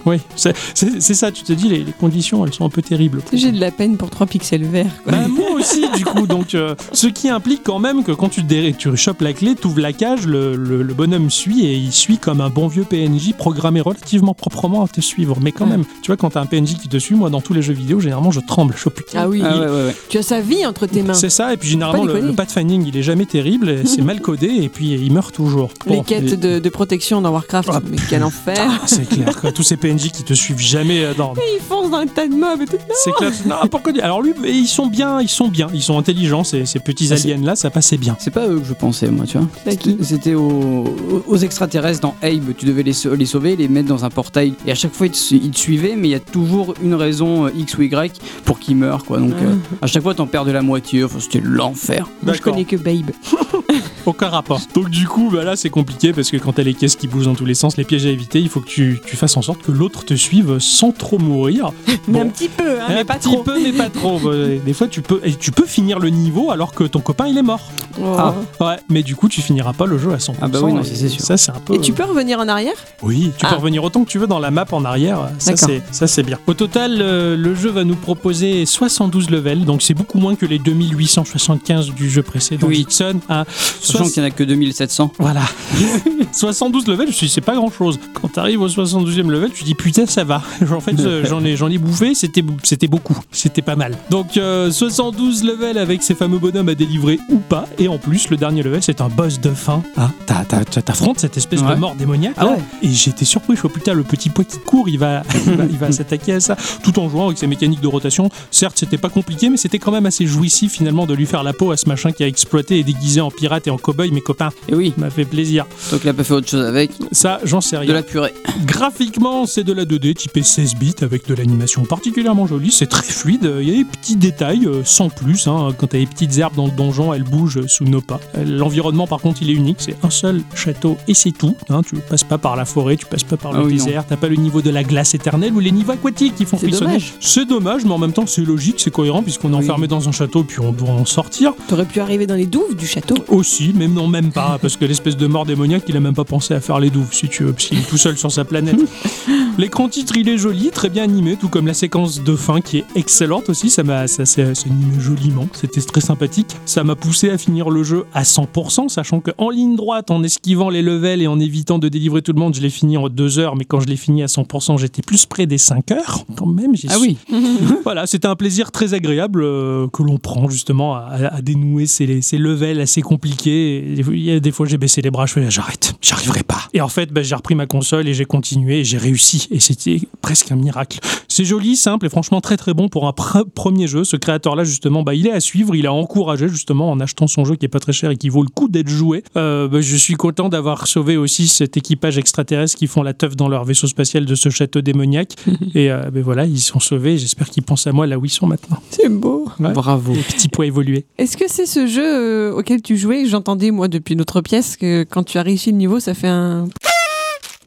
Speaker 3: Ouais, c'est c'est- c'est ça. Tu te dis les, les conditions elles sont un peu terribles.
Speaker 1: J'ai de la peine pour 3 pixels verts. quoi.
Speaker 3: Bah, moi aussi, du coup, donc euh, ce qui implique quand même que quand tu, dé- tu chopes la clé, tu ouvres la cage, le, le- le bonhomme suit et il suit comme un bon vieux PNJ programmé relativement proprement à te suivre. Mais quand même, tu vois, quand t'as un PNJ qui te suit, moi dans tous les jeux vidéo, généralement je tremble. Je suis, putain,
Speaker 1: Ah oui.
Speaker 2: Ah ouais, ouais, ouais.
Speaker 1: Tu as sa vie entre tes mains.
Speaker 3: C'est ça, et puis généralement
Speaker 1: Faut pas
Speaker 3: le,
Speaker 1: déconner.
Speaker 3: le pathfinding il est jamais terrible, et c'est mal codé et puis il meurt toujours.
Speaker 1: Les
Speaker 3: Bon,
Speaker 1: quêtes
Speaker 3: et-
Speaker 1: de, de protection dans Warcraft,
Speaker 3: Ah,
Speaker 1: mais quel enfer
Speaker 3: C'est clair, quoi. tous ces PNJ qui te suivent jamais euh, dans.
Speaker 1: Ils foncent dans le tas de mobs et tout.
Speaker 3: C'est clair. Non, pourquoi dire Alors lui, ils sont bien, ils sont bien, ils sont intelligents, ces, ces petits
Speaker 2: Ah, c'est-
Speaker 3: aliens là, ça passait bien.
Speaker 2: C'est pas eux que je pensais, moi, tu vois.
Speaker 1: C'est qui
Speaker 2: C'était- C'était aux, aux extraterrestres dans Abe. Tu devais les, sau- les sauver, les mettre dans un portail. Et à chaque fois, ils te, su- ils te suivaient, mais il y a toujours une raison euh, X ou Y pour qu'ils meurent, quoi. Donc,
Speaker 1: Ah.
Speaker 2: euh, à chaque fois, t'en perds de la moitié. Enfin, c'était l'enfer.
Speaker 1: Moi, je
Speaker 3: D'accord.
Speaker 1: connais que Babe.
Speaker 3: Aucun rapport. Donc du coup, bah là c'est compliqué parce que quand t'as les caisses qui bougent dans tous les sens, les pièges à éviter, il faut que tu, tu fasses en sorte que l'autre te suive sans trop mourir.
Speaker 1: *laughs* Mais un
Speaker 3: Bon.
Speaker 1: petit peu, hein,
Speaker 3: un
Speaker 1: mais pas
Speaker 3: petit
Speaker 1: trop.
Speaker 3: peu, mais pas trop. Euh, Des fois, tu peux, et tu peux finir le niveau alors que ton copain il est mort.
Speaker 1: Oh.
Speaker 2: Ah.
Speaker 3: Ouais, mais du coup, tu finiras pas le jeu à 100%.
Speaker 2: Ah bah oui, non,
Speaker 3: et
Speaker 2: c'est- c'est sûr.
Speaker 3: Ça, c'est un peu.
Speaker 1: Et tu peux revenir en arrière
Speaker 3: Oui, tu peux
Speaker 1: Ah.
Speaker 3: revenir autant que tu veux dans la map en arrière. Ça,
Speaker 1: D'accord.
Speaker 3: c'est, ça, c'est bien. Au total, euh, le jeu va nous proposer 72 levels, donc c'est beaucoup moins que les 2875 du jeu précédent.
Speaker 2: Oui.
Speaker 3: Dixon, hein.
Speaker 2: Sachant
Speaker 3: Soix-
Speaker 2: qu'il n'y en a que 2700.
Speaker 3: Voilà. *laughs* 72 levels, je me suis dit, c'est pas grand chose. Quand t'arrives au 72e level, tu dis putain, ça va. *laughs* En fait, euh, j'en ai, j'en ai bouffé, c'était, bou- c'était beaucoup. C'était pas mal. Donc, euh, 72 levels avec ces fameux bonhommes à délivrer ou pas. Et en plus, le dernier level, c'est un boss de fin. Ah, t'as- t'as- t'as- t'affrontes cette espèce
Speaker 2: Ouais.
Speaker 3: de mort démoniaque.
Speaker 2: Ah ouais.
Speaker 3: Et j'étais surpris, je suis putain, le petit poids qui court, il va, *laughs* il va, il va s'attaquer à ça. Tout en jouant avec ses mécaniques de rotation. Certes, c'était pas compliqué, mais c'était quand même assez jouissif finalement de lui faire la peau à ce machin qui a exploité et déguisé en pirate et en cow-boy, mes copains.
Speaker 2: Et oui,
Speaker 3: Ça m'a fait plaisir.
Speaker 2: donc il a pas fait autre chose avec.
Speaker 3: Ça, j'en sais rien.
Speaker 2: De la purée.
Speaker 3: Graphiquement, c'est de la 2D typée 16 bits avec de l'animation particulièrement jolie. C'est très fluide. Il y a des petits détails euh, sans plus. hein. Quand t'as les petites herbes dans le donjon, elles bougent sous nos pas. Euh, L'environnement, par contre, il est unique. C'est un seul château et c'est tout. hein. Tu passes pas par la forêt, tu passes pas par le
Speaker 2: Ah oui,
Speaker 3: désert. T'as pas le niveau de la glace éternelle ou les niveaux aquatiques qui font
Speaker 1: C'est
Speaker 3: frissonner.
Speaker 1: dommage.
Speaker 3: C'est dommage, mais en même temps, c'est logique, c'est cohérent puisqu'on est
Speaker 2: Oui.
Speaker 3: enfermé dans un château puis on doit en sortir.
Speaker 1: T'aurais pu arriver dans les douves du château.
Speaker 3: Aussi, même non, même pas, parce que l'espèce de mort démoniaque, il a même pas pensé à faire les douves, si tu veux, parce qu'il est tout seul sur
Speaker 2: *laughs*
Speaker 3: sa planète. L'écran titre, il est joli, très bien animé, tout comme la séquence de fin qui est excellente aussi. Ça m'a, ça s'est s'est animé joliment, c'était très sympathique. Ça m'a poussé à finir le jeu à 100%, sachant que en ligne droite, en esquivant les levels et en évitant de délivrer tout le monde, je l'ai fini en 2 heures, mais quand je l'ai fini à 100%, j'étais plus près des 5 heures. Quand même, j'ai
Speaker 2: Ah
Speaker 3: su-
Speaker 2: oui,
Speaker 3: *laughs* voilà, c'était un plaisir très agréable euh, que l'on prend justement à, à dénouer ces, ces levels assez compliqués. Et il y a des fois, j'ai baissé les bras, je fais Ah, j'arrête, j'y arriverai pas. Et en fait, bah, j'ai repris ma console et j'ai continué et j'ai réussi. Et c'était presque un miracle. C'est joli, simple et franchement très très bon pour un pr- premier jeu. Ce créateur-là, justement, bah, il est à suivre. Il a encouragé justement en achetant son jeu qui est pas très cher et qui vaut le coup d'être joué. Euh, bah, je suis content d'avoir sauvé aussi cet équipage extraterrestre qui font la teuf dans leur vaisseau spatial de ce château démoniaque. Et euh, ben voilà, ils sont sauvés. J'espère qu'ils pensent à moi là où ils sont maintenant.
Speaker 1: C'est beau.
Speaker 3: Ouais.
Speaker 2: bravo.
Speaker 3: Les petits pois évolués.
Speaker 1: Est-ce que c'est ce jeu euh, auquel tu jouais que J'entendais moi depuis notre pièce que quand tu as réussi le niveau, ça fait un.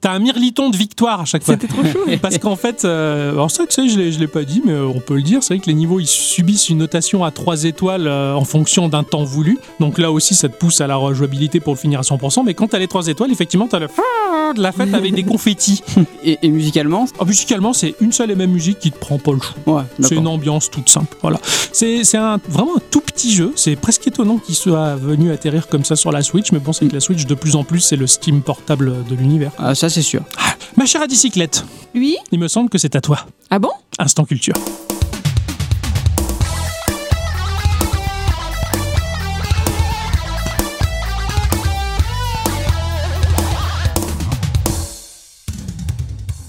Speaker 3: T'as un mirliton de victoire à chaque fois.
Speaker 1: C'était trop
Speaker 3: *laughs*
Speaker 1: chaud.
Speaker 3: Parce qu'en fait, euh, alors ça, tu sais, je l'ai- je l'ai pas dit, mais euh, on peut le dire, c'est vrai que les niveaux, ils subissent une notation à 3 étoiles euh, en fonction d'un temps voulu. Donc là aussi, ça te pousse à la rejouabilité pour le finir à 100%. Mais quand t'as les 3 étoiles, effectivement, t'as le de la fête avec des confettis.
Speaker 2: Et, et musicalement
Speaker 3: Ah, musicalement, c'est une seule et même musique qui te prend pas le chou.
Speaker 2: Ouais,
Speaker 3: C'est
Speaker 2: d'accord.
Speaker 3: une ambiance toute simple. Voilà. C'est c'est un, vraiment un tout petit jeu. C'est presque étonnant qu'il soit venu atterrir comme ça sur la Switch. Mais bon, c'est que la Switch, de plus en plus, c'est le Steam portable de l'univers.
Speaker 2: Ah, ça, c'est sûr.
Speaker 3: Ma chère à bicyclette,
Speaker 1: Lui
Speaker 3: il me semble que c'est à toi.
Speaker 1: Ah bon
Speaker 3: Instant culture.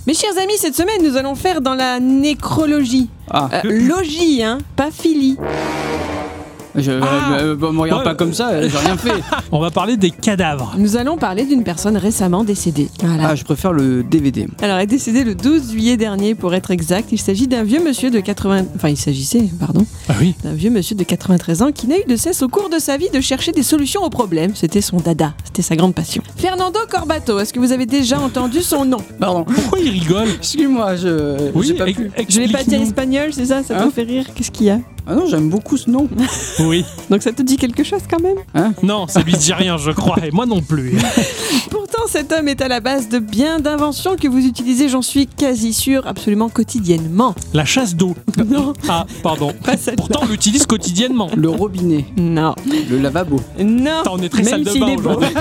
Speaker 1: Mes chers amis, cette semaine, nous allons faire dans la nécrologie.
Speaker 2: Ah,
Speaker 3: *laughs*
Speaker 1: Euh, logis, hein, pas philie.
Speaker 2: je, euh, bah, me regarde
Speaker 3: Ouais.
Speaker 2: pas comme ça, euh, j'ai rien fait.
Speaker 3: On va parler des cadavres.
Speaker 1: Nous allons parler d'une personne récemment décédée. Voilà.
Speaker 2: Ah, je préfère le DVD.
Speaker 1: Alors, elle est décédée le 12 juillet dernier, pour être exact. Il s'agit d'un vieux monsieur de 80. Enfin, il s'agissait, pardon,
Speaker 3: Ah oui.
Speaker 1: d'un vieux monsieur de 93 ans qui n'a eu de cesse au cours de sa vie de chercher des solutions aux problèmes. C'était son dada, c'était sa grande passion. Fernando Corbato, est-ce que vous avez déjà entendu son nom
Speaker 2: Pardon.
Speaker 3: Pourquoi il rigole
Speaker 2: Excuse-moi, je. j'ai pas
Speaker 3: ex-
Speaker 2: pu.
Speaker 1: Je l'ai pas dit en
Speaker 3: explique-nous.
Speaker 1: espagnol, c'est ça Ça
Speaker 2: Hein
Speaker 1: te fait rire Qu'est-ce qu'il y a
Speaker 2: Ah non, j'aime beaucoup
Speaker 1: *laughs*
Speaker 2: ce nom.
Speaker 3: Oui.
Speaker 1: Donc, ça te dit quelque chose quand même
Speaker 3: Non, ça lui dit rien, je crois, et moi non plus.
Speaker 1: Pourtant, cet homme est à la base de bien d'inventions que vous utilisez, j'en suis quasi sûr, absolument quotidiennement.
Speaker 3: La chasse d'eau.
Speaker 1: Non,
Speaker 3: Ah, pardon.
Speaker 1: pas celle-là.
Speaker 3: Pourtant, on l'utilise quotidiennement.
Speaker 2: Le robinet,
Speaker 1: Non,
Speaker 2: le
Speaker 1: *laughs*
Speaker 2: lavabo.
Speaker 1: non.
Speaker 3: Attends, on est très
Speaker 1: Même
Speaker 3: salle de
Speaker 1: s'il
Speaker 3: bain
Speaker 1: est beau.
Speaker 3: aujourd'hui.
Speaker 1: *laughs*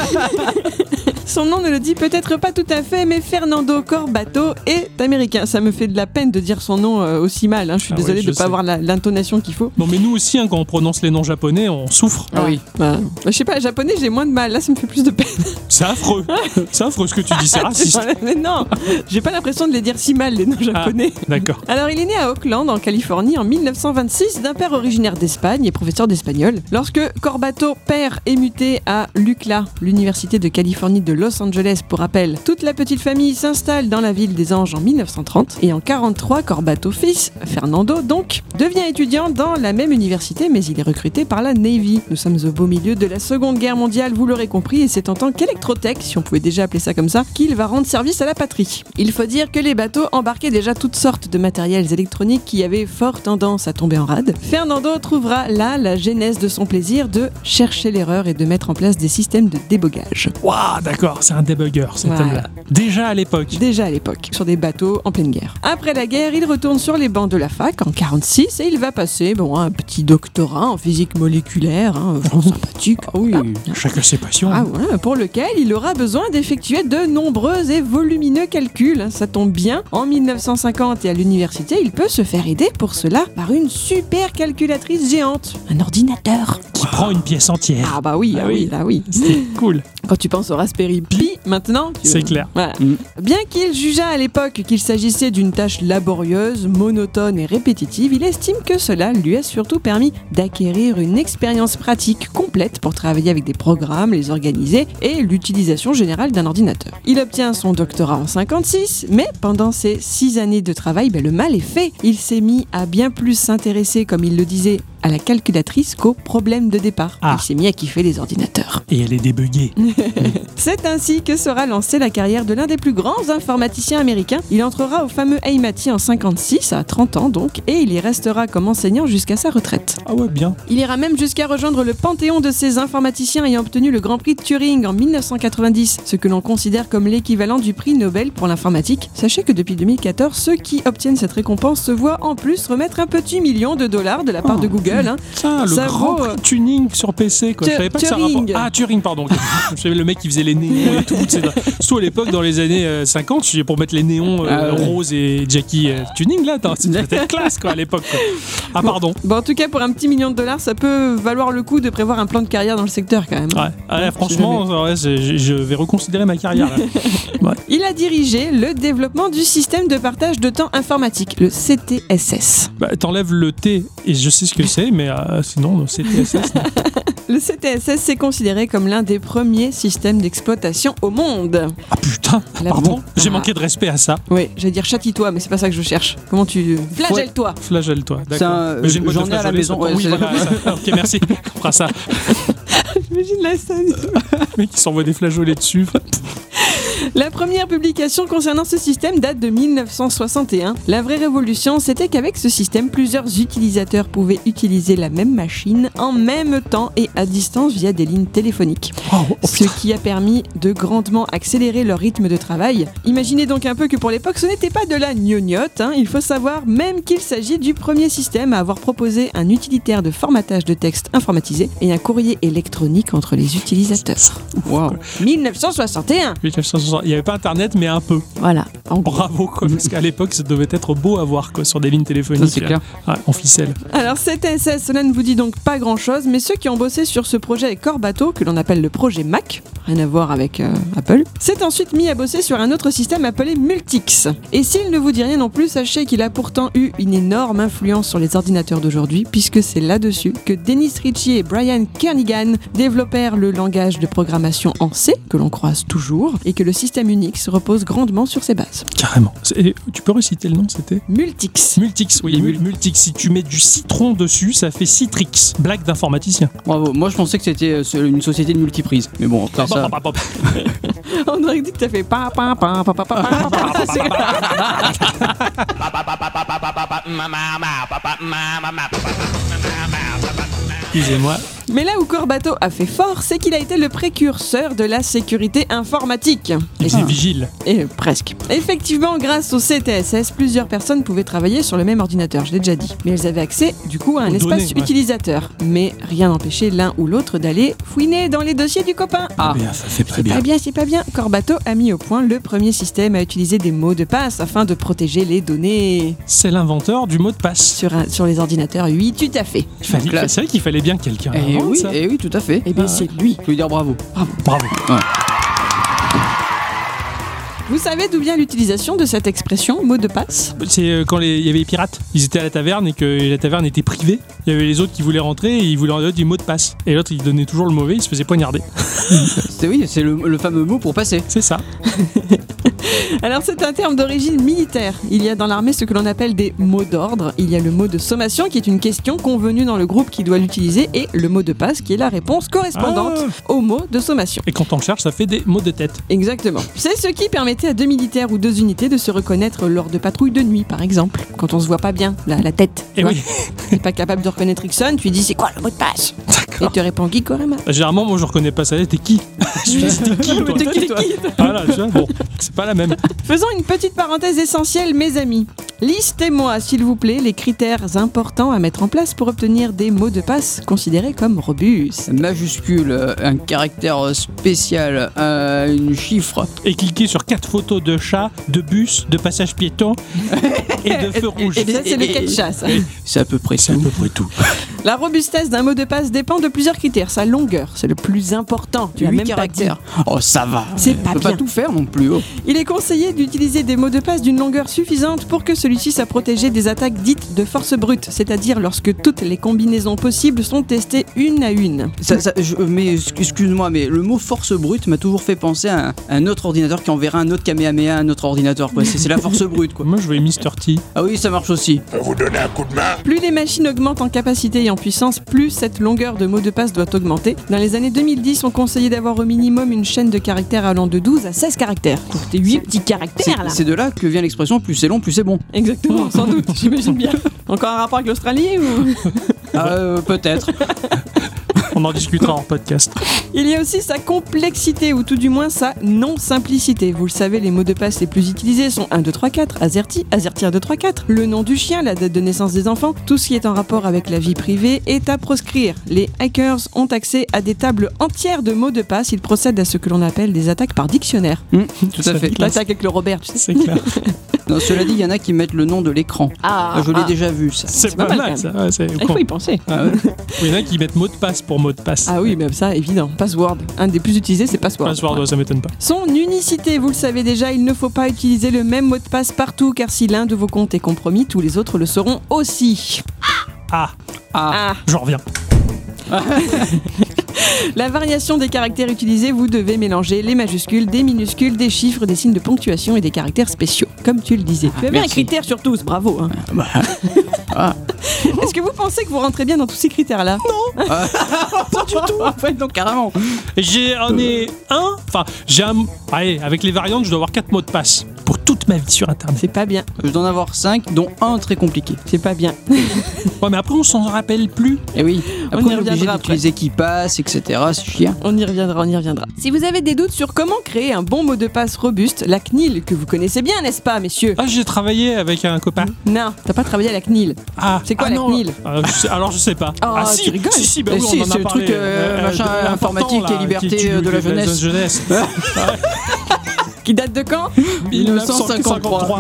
Speaker 1: Son nom ne le dit peut-être pas tout à fait, mais Fernando Corbato est américain. Ça me fait de la peine de dire son nom euh, aussi mal. hein. Je suis
Speaker 3: Ah oui,
Speaker 1: désolée
Speaker 3: je
Speaker 1: de ne pas
Speaker 3: sais.
Speaker 1: avoir la- l'intonation qu'il faut.
Speaker 3: Non, mais nous aussi, hein, quand on prononce les noms japonais, on souffre.
Speaker 2: Ah oui.
Speaker 1: Bah, je sais pas, japonais, j'ai moins de mal. Là, ça me fait plus de peine.
Speaker 3: C'est affreux. C'est affreux ce que tu dis, c'est raciste.
Speaker 1: *laughs* mais non, j'ai pas l'impression de les dire si mal, les
Speaker 3: Ah.
Speaker 1: noms japonais.
Speaker 3: D'accord.
Speaker 1: Alors, il est né à Auckland, en Californie, en 1926, d'un père originaire d'Espagne et professeur d'espagnol. Lorsque Corbato, père, est muté à l'UCLA, l'Université de Californie de Los Angeles, pour rappel, toute la petite famille s'installe dans la ville des anges en 1930. Et en 43, Corbato, fils, Fernando, donc, devient étudiant dans la même université, mais il est recruté par la Navy. Nous sommes au beau milieu de la Seconde Guerre mondiale, vous l'aurez compris, et c'est en tant qu'électrotech, si on pouvait déjà appeler ça comme ça, qu'il va rendre service à la patrie. Il faut dire que les bateaux embarquaient déjà toutes sortes de matériels électroniques qui avaient fort tendance à tomber en rade. Fernando trouvera là la genèse de son plaisir de chercher l'erreur et de mettre en place des systèmes de débogage.
Speaker 3: Waouh, d'accord, c'est un débugger, cet
Speaker 1: Voilà.
Speaker 3: homme-là. Déjà à l'époque.
Speaker 1: Déjà à l'époque, sur des bateaux en pleine guerre. Après la guerre, il retourne sur les bancs de la fac en 46 et il va passer bon, un petit doctorat en physique moléculaire,
Speaker 2: *laughs*
Speaker 1: hein, genre sympathique.
Speaker 2: Ah oui.
Speaker 3: Chacun ses passions.
Speaker 1: Ah ouais, pour lequel il aura besoin d'effectuer de nombreux et volumineux calculs. Ça tombe bien, en 1950 et à l'université, il peut se faire aider pour cela par une super calculatrice géante, un ordinateur.
Speaker 3: Qui prend une pièce entière.
Speaker 1: Ah bah oui,
Speaker 3: Ah
Speaker 1: ah
Speaker 3: oui.
Speaker 1: oui, là oui.
Speaker 3: C'est cool.
Speaker 1: Quand tu penses au Raspberry Pi, maintenant, tu-
Speaker 3: C'est clair.
Speaker 1: Voilà.
Speaker 2: Mm.
Speaker 1: Bien qu'il jugeât à l'époque qu'il s'agissait d'une tâche laborieuse, monotone et répétitive, il estime que cela lui a surtout permis d'acquérir une expérience pratique complète pour travailler avec des programmes, les organiser et l'utilisation générale d'un ordinateur. Il obtient son doctorat en 56, mais pendant ses six années de travail, ben, le mal est fait. Il s'est mis à bien plus s'intéresser, comme il le disait, à la calculatrice qu'au problème de départ.
Speaker 3: Ah.
Speaker 1: Il s'est mis à kiffer les ordinateurs.
Speaker 3: Et elle est débuggée.
Speaker 1: Mm. C'est ainsi que sera lancée la carrière de l'un des plus grands informaticiens américains. Il entrera au fameux Aimati en 56, à 30 ans donc, et il y restera comme enseignant jusqu'à sa retraite.
Speaker 3: Ah ouais, bien.
Speaker 1: Il ira même jusqu'à rejoindre le panthéon de ces informaticiens ayant obtenu le Grand Prix de Turing en 1990, ce que l'on considère comme l'équivalent du prix Nobel pour l'informatique. Sachez que depuis 2014, ceux qui obtiennent cette récompense se voient en plus remettre un petit million de dollars de la part de Google. hein.
Speaker 3: Tiens, le
Speaker 1: Ça vaut,
Speaker 3: grand prix
Speaker 1: euh,
Speaker 3: tuning sur PC, quoi. Je
Speaker 1: Tu-
Speaker 3: savais pas que ça a rapport.
Speaker 1: Turing.
Speaker 3: Ah, Turing, pardon. Je savais le mec qui faisait les néons et tout. c'est vrai. Surtout à l'époque, dans les années euh, 50, je- pour mettre les néons euh,
Speaker 2: Ah ouais.
Speaker 3: rose et Jackie euh, Tuning, là, attends, c'était classe, quoi, à l'époque. quoi. Ah, pardon.
Speaker 1: Bon, en tout cas, pour un petit million de dollars, ça peut valoir le coup de prévoir un plan de carrière dans le secteur quand même. hein.
Speaker 3: Ouais, ouais, franchement, ouais, c'est- je, je vais reconsidérer ma carrière. là.
Speaker 1: Il a dirigé le développement du système de partage de temps informatique, le CTSS.
Speaker 3: Bah, T'enlèves le T et je sais ce que c'est, mais euh, sinon, c'est TSS. non.
Speaker 1: Le CTSS s'est considéré comme l'un des premiers systèmes d'exploitation au monde.
Speaker 3: Ah putain,
Speaker 1: La
Speaker 3: pardon,
Speaker 1: bombe.
Speaker 3: j'ai
Speaker 1: Ah.
Speaker 3: manqué de respect à ça.
Speaker 1: Oui, j'allais dire châtie-toi, mais c'est pas ça que je cherche. Comment tu. Flagelle-toi
Speaker 3: Flagelle-toi.
Speaker 2: C'est
Speaker 3: d'accord.
Speaker 2: un- euh,
Speaker 3: Mais j'ai une boîte
Speaker 2: j'en
Speaker 3: de
Speaker 2: ai à la
Speaker 3: flageolets,
Speaker 2: maison,
Speaker 3: ça tombe.
Speaker 2: ouais,
Speaker 3: Oui,
Speaker 2: c'est-
Speaker 3: voilà, ça. Ok,
Speaker 2: *laughs*
Speaker 3: merci. On fera ça.
Speaker 1: J'imagine la scène
Speaker 3: Le mec qui s'envoie des flageolets dessus.
Speaker 1: La première publication concernant ce système date de 1961. La vraie révolution, c'était qu'avec ce système, plusieurs utilisateurs pouvaient utiliser la même machine en même temps et à distance via des lignes téléphoniques.
Speaker 3: Oh, oh,
Speaker 1: ce qui a permis de grandement accélérer leur rythme de travail. Imaginez donc un peu que pour l'époque, ce n'était pas de la gnognotte. hein. Il faut savoir même qu'il s'agit du premier système à avoir proposé un utilitaire de formatage de texte informatisé et un courrier électronique entre les utilisateurs.
Speaker 2: Waouh.
Speaker 1: 1961
Speaker 3: genre, il n'y avait pas internet, mais un peu.
Speaker 1: Voilà. En gros.
Speaker 3: Bravo, quoi, parce qu'à l'époque, ça devait être beau à voir, quoi, sur des lignes téléphoniques.
Speaker 2: Ça, c'est clair.
Speaker 3: Ouais, en ficelle.
Speaker 1: Alors, cette SS, cela ne vous dit donc pas grand chose, mais ceux qui ont bossé sur ce projet avec Corbato, que l'on appelle le projet Mac, rien à voir avec euh, Apple, s'est ensuite mis à bosser sur un autre système appelé Multix. Et s'il ne vous dit rien non plus, sachez qu'il a pourtant eu une énorme influence sur les ordinateurs d'aujourd'hui, puisque c'est là-dessus que Dennis Ritchie et Brian Kernighan développèrent le langage de programmation en C, que l'on croise toujours, et que le système Unix repose grandement sur ses bases.
Speaker 3: Carrément. Et tu peux reciter le nom, c'était
Speaker 1: Multix.
Speaker 3: Multix, oui. Mul- Multix, si tu mets du citron dessus, ça fait Citrix. Blague d'informaticien.
Speaker 2: Bravo. Moi, je pensais que c'était euh, seul- une société de multiprises. Mais bon, après Ah, ça.
Speaker 3: Bah, bah, bah, bah.
Speaker 1: On aurait dit que t'as fait pa pa pa pa pa pa pa, pa.
Speaker 3: Excusez-moi.
Speaker 1: Mais là où Corbato a fait fort, c'est qu'il a été le précurseur de la sécurité informatique. Et-
Speaker 2: Ah.
Speaker 3: J'ai vigile.
Speaker 1: Et euh, presque. Effectivement, grâce au CTSS, plusieurs personnes pouvaient travailler sur le même ordinateur, je l'ai déjà dit. Mais elles avaient accès, du coup, à un
Speaker 3: Aux
Speaker 1: espace
Speaker 3: données, ouais.
Speaker 1: utilisateur. Mais rien n'empêchait l'un ou l'autre d'aller fouiner dans les dossiers du copain.
Speaker 2: Ah,
Speaker 3: Eh Bien, ça fait très
Speaker 1: C'est
Speaker 3: bien.
Speaker 1: pas bien, c'est pas bien. Corbato a mis au point le premier système à utiliser des mots de passe afin de protéger les données
Speaker 3: C'est l'inventeur du mot de passe.
Speaker 1: sur, un- sur les ordinateurs. Oui, tout à fait.
Speaker 3: Il fallait-
Speaker 2: Classe.
Speaker 3: C'est vrai qu'il fallait bien quelqu'un.
Speaker 2: Eh
Speaker 3: invente
Speaker 2: oui,
Speaker 3: ça.
Speaker 2: eh oui, tout à fait.
Speaker 1: Eh
Speaker 3: Ah.
Speaker 1: bien, c'est lui.
Speaker 2: Je veux dire bravo.
Speaker 3: Bravo.
Speaker 1: Vous savez d'où vient l'utilisation de cette expression, mot de passe
Speaker 3: C'est euh, quand les- il y avait les pirates, ils étaient à la taverne et que la taverne était privée. Il y avait les autres qui voulaient rentrer et ils voulaient leur donner du mot de passe. Et l'autre, il donnait toujours le mauvais, il se faisait poignarder.
Speaker 2: C'est oui, c'est le, le fameux mot pour passer.
Speaker 3: C'est ça.
Speaker 1: Alors c'est un terme d'origine militaire. Il y a dans l'armée ce que l'on appelle des mots d'ordre. Il y a le mot de sommation qui est une question convenue dans le groupe qui doit l'utiliser et le mot de passe qui est la réponse correspondante
Speaker 3: Ah.
Speaker 1: au mot de sommation.
Speaker 3: Et quand on le cherche, ça fait des maux de tête.
Speaker 1: Exactement. C'est ce qui permettait à deux militaires ou deux unités de se reconnaître lors de patrouilles de nuit par exemple. Quand on se voit pas bien, la, la tête.
Speaker 3: Et
Speaker 1: tu
Speaker 3: Eh oui.
Speaker 1: vois. T'es pas capable de reconnaître Ixon, tu lui dis c'est quoi le mot de passe Et te répond Guy Corema.
Speaker 3: Bah, Généralement, moi, je reconnais pas ça.
Speaker 2: *laughs*
Speaker 3: T'es qui Je lui dis, t'es qui, toi
Speaker 1: T'es qui, toi
Speaker 3: Voilà, tu vois, bon, c'est pas la même.
Speaker 1: Faisons une petite parenthèse essentielle, mes amis. Listez-moi, s'il vous plaît, les critères importants à mettre en place pour obtenir des mots de passe considérés comme robustes.
Speaker 2: Majuscule, euh, un caractère spécial, euh, une chiffre.
Speaker 3: Et cliquez sur quatre photos de chats, de bus, de passage piéton et de feu
Speaker 2: *laughs*
Speaker 3: rouge.
Speaker 2: et-
Speaker 1: Ça, c'est le cas de chasse.
Speaker 2: C'est à peu près ça.
Speaker 3: peu près tout.
Speaker 1: La robustesse d'un mot de passe dépend de plusieurs critères. Sa longueur, c'est le plus important. Tu as
Speaker 2: Huit
Speaker 1: même pas dit.
Speaker 2: Oh, ça va.
Speaker 1: C'est
Speaker 2: On
Speaker 1: pas
Speaker 2: peut
Speaker 1: bien.
Speaker 2: pas tout faire non plus. oh.
Speaker 1: Il est conseillé d'utiliser des mots de passe d'une longueur suffisante pour que celui-ci soit protégé des attaques dites de force brute, c'est-à-dire lorsque toutes les combinaisons possibles sont testées une à une.
Speaker 2: Ça- ça- je- mais excu- excuse-moi, mais le mot force brute m'a toujours fait penser à un, un autre ordinateur qui enverra un autre Kamehameha à un autre ordinateur. quoi. C'est c'est la force brute. quoi.
Speaker 3: Moi, je vais Mister T.
Speaker 2: Ah oui, ça marche aussi.
Speaker 4: Je vais vous donner un coup de main
Speaker 1: Plus les machines augmentent en capacité et en puissance, plus cette longueur de mots de passe doit augmenter. Dans les années 2010, on conseillait d'avoir au minimum une chaîne de caractères allant de 12 à 16 caractères. Donc t'es 8 petits
Speaker 2: C'est
Speaker 1: caractères là
Speaker 2: c'est de là que vient l'expression plus c'est long, plus
Speaker 1: *laughs*
Speaker 2: c'est bon.
Speaker 1: Exactement, sans doute, j'imagine *laughs* bien. Encore un rapport avec l'Australie ou...
Speaker 2: Ah, euh, peut-être.
Speaker 3: On en discutera en podcast.
Speaker 1: Il y a aussi sa complexité, ou tout du moins sa non-simplicité. Vous le savez, les mots de passe les plus utilisés sont 1, 2, 3, 4, AZERTY, AZERTY 1, 2, 3, 4, le nom du chien, la date de naissance des enfants, tout ce qui est en rapport avec la vie privée est à proscrire. Les hackers ont accès à des tables entières de mots de passe, ils procèdent à ce que l'on appelle des attaques par dictionnaire.
Speaker 2: Hmm, tout à
Speaker 3: Ça
Speaker 2: fait.
Speaker 3: dit
Speaker 1: L'attaque avec le Robert, tu sais.
Speaker 3: C'est clair.
Speaker 2: Non, cela dit, il y en a qui mettent le nom de l'écran.
Speaker 1: Ah,
Speaker 2: Ah, je l'ai déjà vu ça.
Speaker 3: C'est pas,
Speaker 1: pas
Speaker 3: mal,
Speaker 1: mal,
Speaker 3: ça. Ouais, c'est
Speaker 1: Il faut y penser.
Speaker 3: Ah ouais. Il y en a qui mettent mot de passe pour mot de passe.
Speaker 1: Ah oui, mais ça, évident. Password. Un des plus utilisés, c'est password.
Speaker 3: Password, ouais, ça m'étonne pas.
Speaker 1: Son unicité, vous le savez déjà, il ne faut pas utiliser le même mot de passe partout, car si l'un de vos comptes est compromis, tous les autres le seront aussi.
Speaker 3: Ah,
Speaker 1: Ah.
Speaker 3: j'en reviens.
Speaker 1: La variation des caractères utilisés, vous devez mélanger les majuscules, des minuscules, des chiffres, des signes de ponctuation et des caractères spéciaux, comme tu le disais. Tu as bien un
Speaker 2: merci.
Speaker 1: critère sur tous, bravo. hein. *laughs* Est-ce que vous pensez que vous rentrez bien dans tous ces critères-là
Speaker 2: Pas du tout. *laughs* En fait, non, carrément.
Speaker 3: J'ai en ai un. Enfin, j'ai un. Allez, avec les variantes, je dois avoir quatre mots de passe pour toute ma vie sur Internet.
Speaker 1: C'est pas bien,
Speaker 2: Je dois en avoir 5, dont un très compliqué.
Speaker 1: c'est pas bien.
Speaker 3: Ouais, mais après, on s'en rappelle plus.
Speaker 2: Et Eh oui,
Speaker 1: On y
Speaker 2: après on, est obligé
Speaker 1: reviendra
Speaker 2: d'utiliser qui passe, etc. C'est chiant.
Speaker 1: On y reviendra, on y reviendra. Si vous avez des doutes sur comment créer un bon mot de passe robuste, la CNIL, que vous connaissez bien, n'est-ce pas, messieurs
Speaker 3: Ah, j'ai travaillé avec un copain.
Speaker 1: Non, t'as pas travaillé à la CNIL.
Speaker 3: Ah,
Speaker 1: Mm. C'est quoi
Speaker 3: ah
Speaker 1: la
Speaker 3: non.
Speaker 1: CNIL
Speaker 3: Euh, je sais- Alors, je sais pas.
Speaker 1: Ah,
Speaker 3: ah,
Speaker 1: tu
Speaker 3: si,
Speaker 1: rigoles.
Speaker 3: si, si, bah
Speaker 2: Eh
Speaker 3: oui,
Speaker 2: si,
Speaker 3: on en a
Speaker 2: c'est le
Speaker 3: parlé,
Speaker 2: truc, euh, machin,
Speaker 3: de l'important,
Speaker 2: informatique et
Speaker 3: là,
Speaker 2: liberté,
Speaker 3: qui tue
Speaker 2: euh, de la jeunesse.
Speaker 3: jeunesse.
Speaker 1: qui date de quand
Speaker 2: 1953.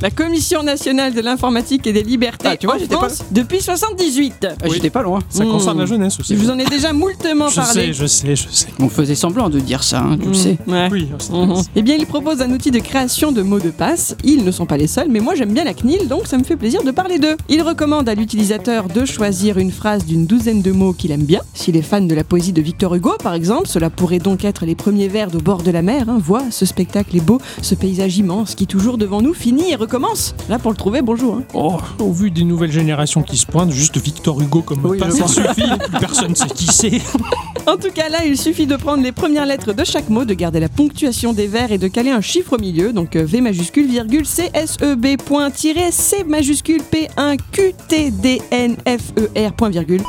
Speaker 1: La Commission nationale de l'informatique et des libertés
Speaker 2: Ah, tu vois,
Speaker 1: en
Speaker 2: j'étais pas
Speaker 1: France depuis 78.
Speaker 2: Ah, J'étais pas loin.
Speaker 3: Ça concerne
Speaker 1: Hmm.
Speaker 3: la jeunesse aussi.
Speaker 1: Je vous en ai déjà moultement
Speaker 3: je
Speaker 1: parlé.
Speaker 3: sais, je sais, je sais.
Speaker 2: On faisait semblant de dire ça, hein, tu
Speaker 1: Hmm.
Speaker 2: le sais.
Speaker 1: Ouais.
Speaker 3: Oui, oh, Mm-hmm.
Speaker 1: Mhm. Eh bien, ils proposent un outil de création de mots de passe. Ils ne sont pas les seuls, mais moi j'aime bien la CNIL, donc ça me fait plaisir de parler d'eux. Ils recommandent à l'utilisateur de choisir une phrase d'une douzaine de mots qu'il aime bien. S'il est fan de la poésie de Victor Hugo, par exemple, cela pourrait donc être les premiers vers au bord de la mer. hein. Vois, ce spectacle est beau, ce paysage immense qui toujours devant nous finit et recommence. Là, pour le trouver, bonjour. hein.
Speaker 3: Oh, au vu des nouvelles générations qui se pointent, juste Victor Hugo comme
Speaker 2: Oui,
Speaker 3: pas,
Speaker 2: je
Speaker 3: ça
Speaker 2: pense.
Speaker 3: suffit. Plus personne sait qui c'est.
Speaker 1: En tout cas, là, il suffit de prendre les premières lettres de chaque mot, de garder la ponctuation des vers et de caler un chiffre au milieu. Donc euh, V majuscule, virgule, C, S, E, B, point, tiré, C majuscule, P, 1, Q, T, D, N, F, E, R, point, virgule.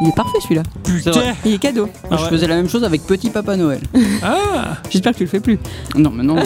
Speaker 1: Il est parfait celui-là.
Speaker 3: Putain.
Speaker 1: Il est cadeau.
Speaker 3: Ah
Speaker 2: Je
Speaker 3: ouais.
Speaker 2: faisais la même chose avec Petit
Speaker 1: *laughs*
Speaker 2: Papa Noël.
Speaker 3: Ah,
Speaker 1: J'espère que tu le fais plus.
Speaker 2: Non, mais non.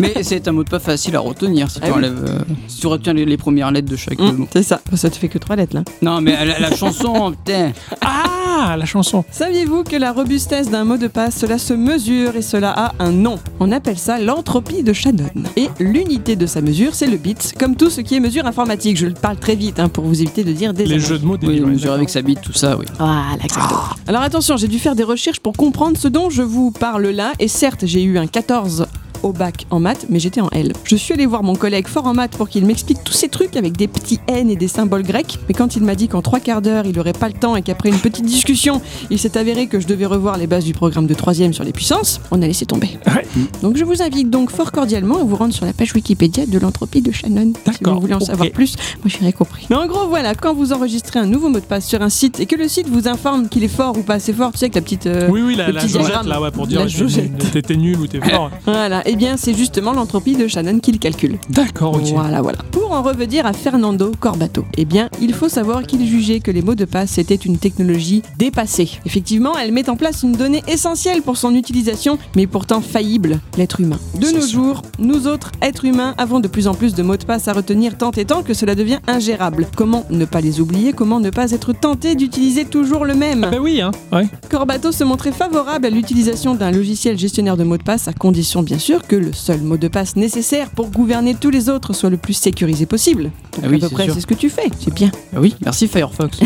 Speaker 2: mais c'est un mot de pas facile à retenir si tu
Speaker 1: Ah oui.
Speaker 2: enlèves, euh, si tu retiens les, les premières lettres de chaque
Speaker 1: Mm,
Speaker 2: mot.
Speaker 1: c'est ça. Ça te fait que trois lettres là.
Speaker 2: Non, mais la, la chanson, putain.
Speaker 3: ah, la chanson.
Speaker 1: Saviez-vous que la robustesse d'un mot de passe, cela se mesure et cela a un nom On appelle ça l'entropie de Shannon. Et l'unité de sa mesure, c'est le bit, comme tout ce qui est mesure informatique. Je le parle très vite hein, pour vous éviter de dire des.
Speaker 3: Les
Speaker 1: années.
Speaker 3: jeux de mots des
Speaker 2: Oui,
Speaker 3: livres,
Speaker 2: mesurer avec
Speaker 3: d'accord.
Speaker 2: sa bite, tout ça, oui.
Speaker 1: Voilà, exactement. Alors attention, j'ai dû faire des recherches pour comprendre ce dont je vous parle là. Et certes, j'ai eu un 14 au bac en maths, mais j'étais en L. Je suis allé voir mon collègue fort en maths pour qu'il m'explique tous ces trucs avec des petits N et des symboles grecs. Mais quand il m'a dit qu'en trois quarts d'heure, il aurait pas le temps et qu'après une petite discussion, il s'est avéré que je devais revoir les bases du programme de troisième sur les puissances, on a laissé tomber.
Speaker 3: Ouais.
Speaker 1: Donc je vous invite donc fort cordialement à vous rendre sur la page Wikipédia de l'entropie de Shannon. Si
Speaker 3: D'accord,
Speaker 1: vous voulez en
Speaker 3: ok.
Speaker 1: savoir plus, moi j'ai rien compris. Mais en gros, voilà, quand vous enregistrez un nouveau mot de passe sur un site et que le site vous informe qu'il est fort ou pas assez fort, tu sais, avec la petite. euh,
Speaker 3: Oui, oui, la,
Speaker 1: le
Speaker 3: la
Speaker 1: petit
Speaker 3: jaujette,
Speaker 1: diagramme.
Speaker 3: là, ouais, pour
Speaker 1: La
Speaker 3: dire
Speaker 1: jaujette.
Speaker 3: t'es- t'es nul ou t'es fort.
Speaker 1: Voilà, et bien c'est justement l'entropie de Shannon qui le calcule.
Speaker 3: D'accord, ok.
Speaker 1: Voilà, voilà. Pour en revenir à Fernando Corbato, eh bien, il faut savoir qu'il jugeait que les mots de passe étaient une technologie dépassée. Effectivement, elle met en place une donnée essentielle pour son utilisation, mais pourtant faillible, l'être humain. De
Speaker 3: C'est
Speaker 1: nos
Speaker 3: sûr.
Speaker 1: jours, nous autres, êtres humains, avons de plus en plus de mots de passe à retenir tant et tant que cela devient ingérable. Comment ne pas les oublier Comment ne pas être tenté d'utiliser toujours le même
Speaker 3: Ah, bah oui, hein. Ouais.
Speaker 1: Corbato se montrait favorable à l'utilisation d'un logiciel gestionnaire de mots de passe à condition bien sûr que le seul mot de passe nécessaire pour gouverner tous les autres soit le plus sécurisé possible. Donc
Speaker 2: Ah oui,
Speaker 1: à peu
Speaker 2: c'est
Speaker 1: près
Speaker 2: sûr.
Speaker 1: c'est ce que tu fais, c'est bien.
Speaker 2: Ah oui, merci Firefox.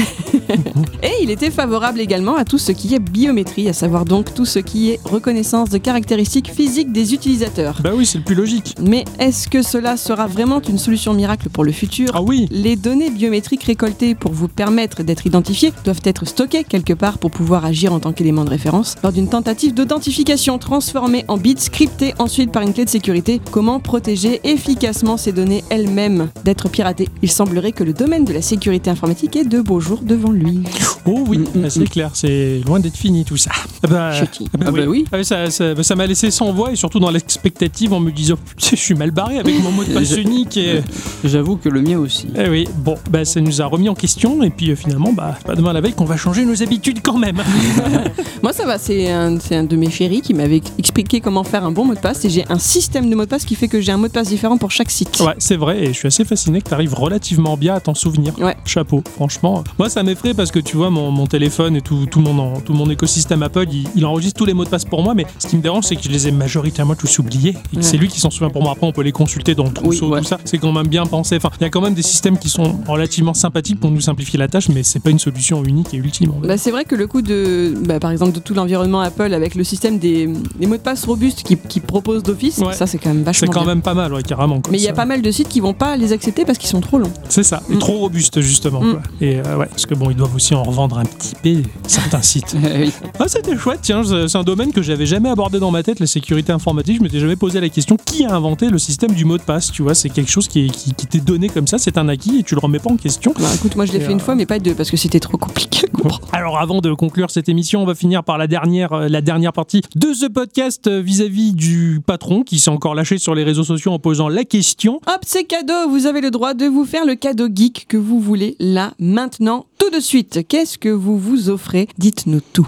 Speaker 1: Et il était favorable également à tout ce qui est biométrie, à savoir donc tout ce qui est reconnaissance de caractéristiques physiques des utilisateurs.
Speaker 3: Bah oui, c'est le plus logique.
Speaker 1: Mais est-ce que cela sera vraiment une solution miracle pour le futur
Speaker 3: Ah oui.
Speaker 1: Les données biométriques récoltées pour vous permettre d'être identifié doivent être stockées quelque part pour pouvoir agir en tant qu'élément de référence lors d'une tentative d'authentification transformée en bits, cryptée ensuite par une clé de sécurité. Comment protéger efficacement ces données elles-mêmes d'être piratées Il semblerait que le domaine de la sécurité informatique ait de beaux jours devant lui.
Speaker 3: Oh oui,
Speaker 2: Mm, mm,
Speaker 3: bah, c'est
Speaker 2: mm.
Speaker 3: clair, c'est loin d'être fini tout ça. Ah bah,
Speaker 2: Chutis.
Speaker 3: ah bah
Speaker 2: Ah bah oui.
Speaker 3: Ah ça, ça- bah, ça m'a laissé sans voix et surtout dans l'expectative en me disant Putain, je suis mal barré avec mon mot de passe
Speaker 2: Je-
Speaker 3: unique. Et...
Speaker 2: J'avoue que le mien aussi.
Speaker 3: Eh oui, bon, bah, ça nous a remis en question et puis euh, finalement, bah, c'est pas demain la veille qu'on va changer nos habitudes
Speaker 1: *laughs*
Speaker 3: quand même.
Speaker 1: Moi ça va, c'est un, c'est un de mes chéris qui m'avait expliqué comment faire un bon mot de passe et j'ai un système de mot de passe qui fait que j'ai un mot de passe différent pour chaque site.
Speaker 3: ouais, c'est vrai et je suis assez fasciné que t'arrives relativement bien à t'en souvenir.
Speaker 1: Ouais.
Speaker 3: Chapeau, franchement. Moi, ça m'effraie parce que tu vois, mon, mon téléphone et tout, tout, mon, en- tout mon écosystème Apple, il, il enregistre tous les mots de passe pour moi, mais ce qui me dérange, c'est que je les ai majoritairement tous oubliés et que
Speaker 1: Ouais.
Speaker 3: c'est lui qui s'en souvient pour moi. Après, on peut les consulter dans le trousseau,
Speaker 2: Oui, ouais.
Speaker 3: tout ça. C'est quand même bien pensé. Enfin, il y a quand même des systèmes qui sont relativement sympathiques pour nous simplifier la tâche, mais c'est pas une solution unique et ultime. en fait.
Speaker 1: Bah, c'est vrai que le coup de, bah, par exemple, de tout l'environnement Apple avec le système des, des mots de passe robustes qui, qui proposent d'office,
Speaker 3: Ouais.
Speaker 1: ça c'est quand même
Speaker 3: C'est
Speaker 1: vachement
Speaker 3: quand
Speaker 1: bien.
Speaker 3: même pas mal, ouais, carrément. quoi.
Speaker 1: Mais il y a
Speaker 3: Ça-
Speaker 1: pas mal de sites qui vont pas les accepter parce qu'ils sont trop longs.
Speaker 3: C'est ça, et
Speaker 1: Mm.
Speaker 3: trop robuste justement.
Speaker 1: Mm.
Speaker 3: quoi. Et euh, ouais, parce que bon, ils doivent aussi en revendre un petit peu certains
Speaker 1: Mm.
Speaker 3: sites.
Speaker 2: *laughs* Eh oui.
Speaker 3: Ah, c'était chouette, tiens, c'est c'est un domaine que j'avais jamais abordé dans ma tête, la sécurité informatique. Je m'étais jamais posé la question qui a inventé le système du mot de passe, tu vois, c'est quelque chose qui, est- qui, qui t'est donné comme ça, c'est un acquis et tu le remets pas en question.
Speaker 1: Bah, écoute, moi je l'ai
Speaker 3: Et,
Speaker 1: fait une
Speaker 3: euh,
Speaker 1: fois, mais pas deux parce que c'était trop compliqué. à
Speaker 3: *laughs*
Speaker 1: comprendre.
Speaker 3: Alors avant de conclure cette émission, on va finir par la dernière, euh, la dernière partie de ce podcast euh, vis-à-vis du patron qui s'est encore lâché sur les réseaux sociaux en posant la question.
Speaker 1: Hop, c'est cadeau. Vous avez le droit de vous faire le cadeau geek que vous voulez là, maintenant, tout de suite. Qu'est-ce que vous vous offrez Dites-nous tout.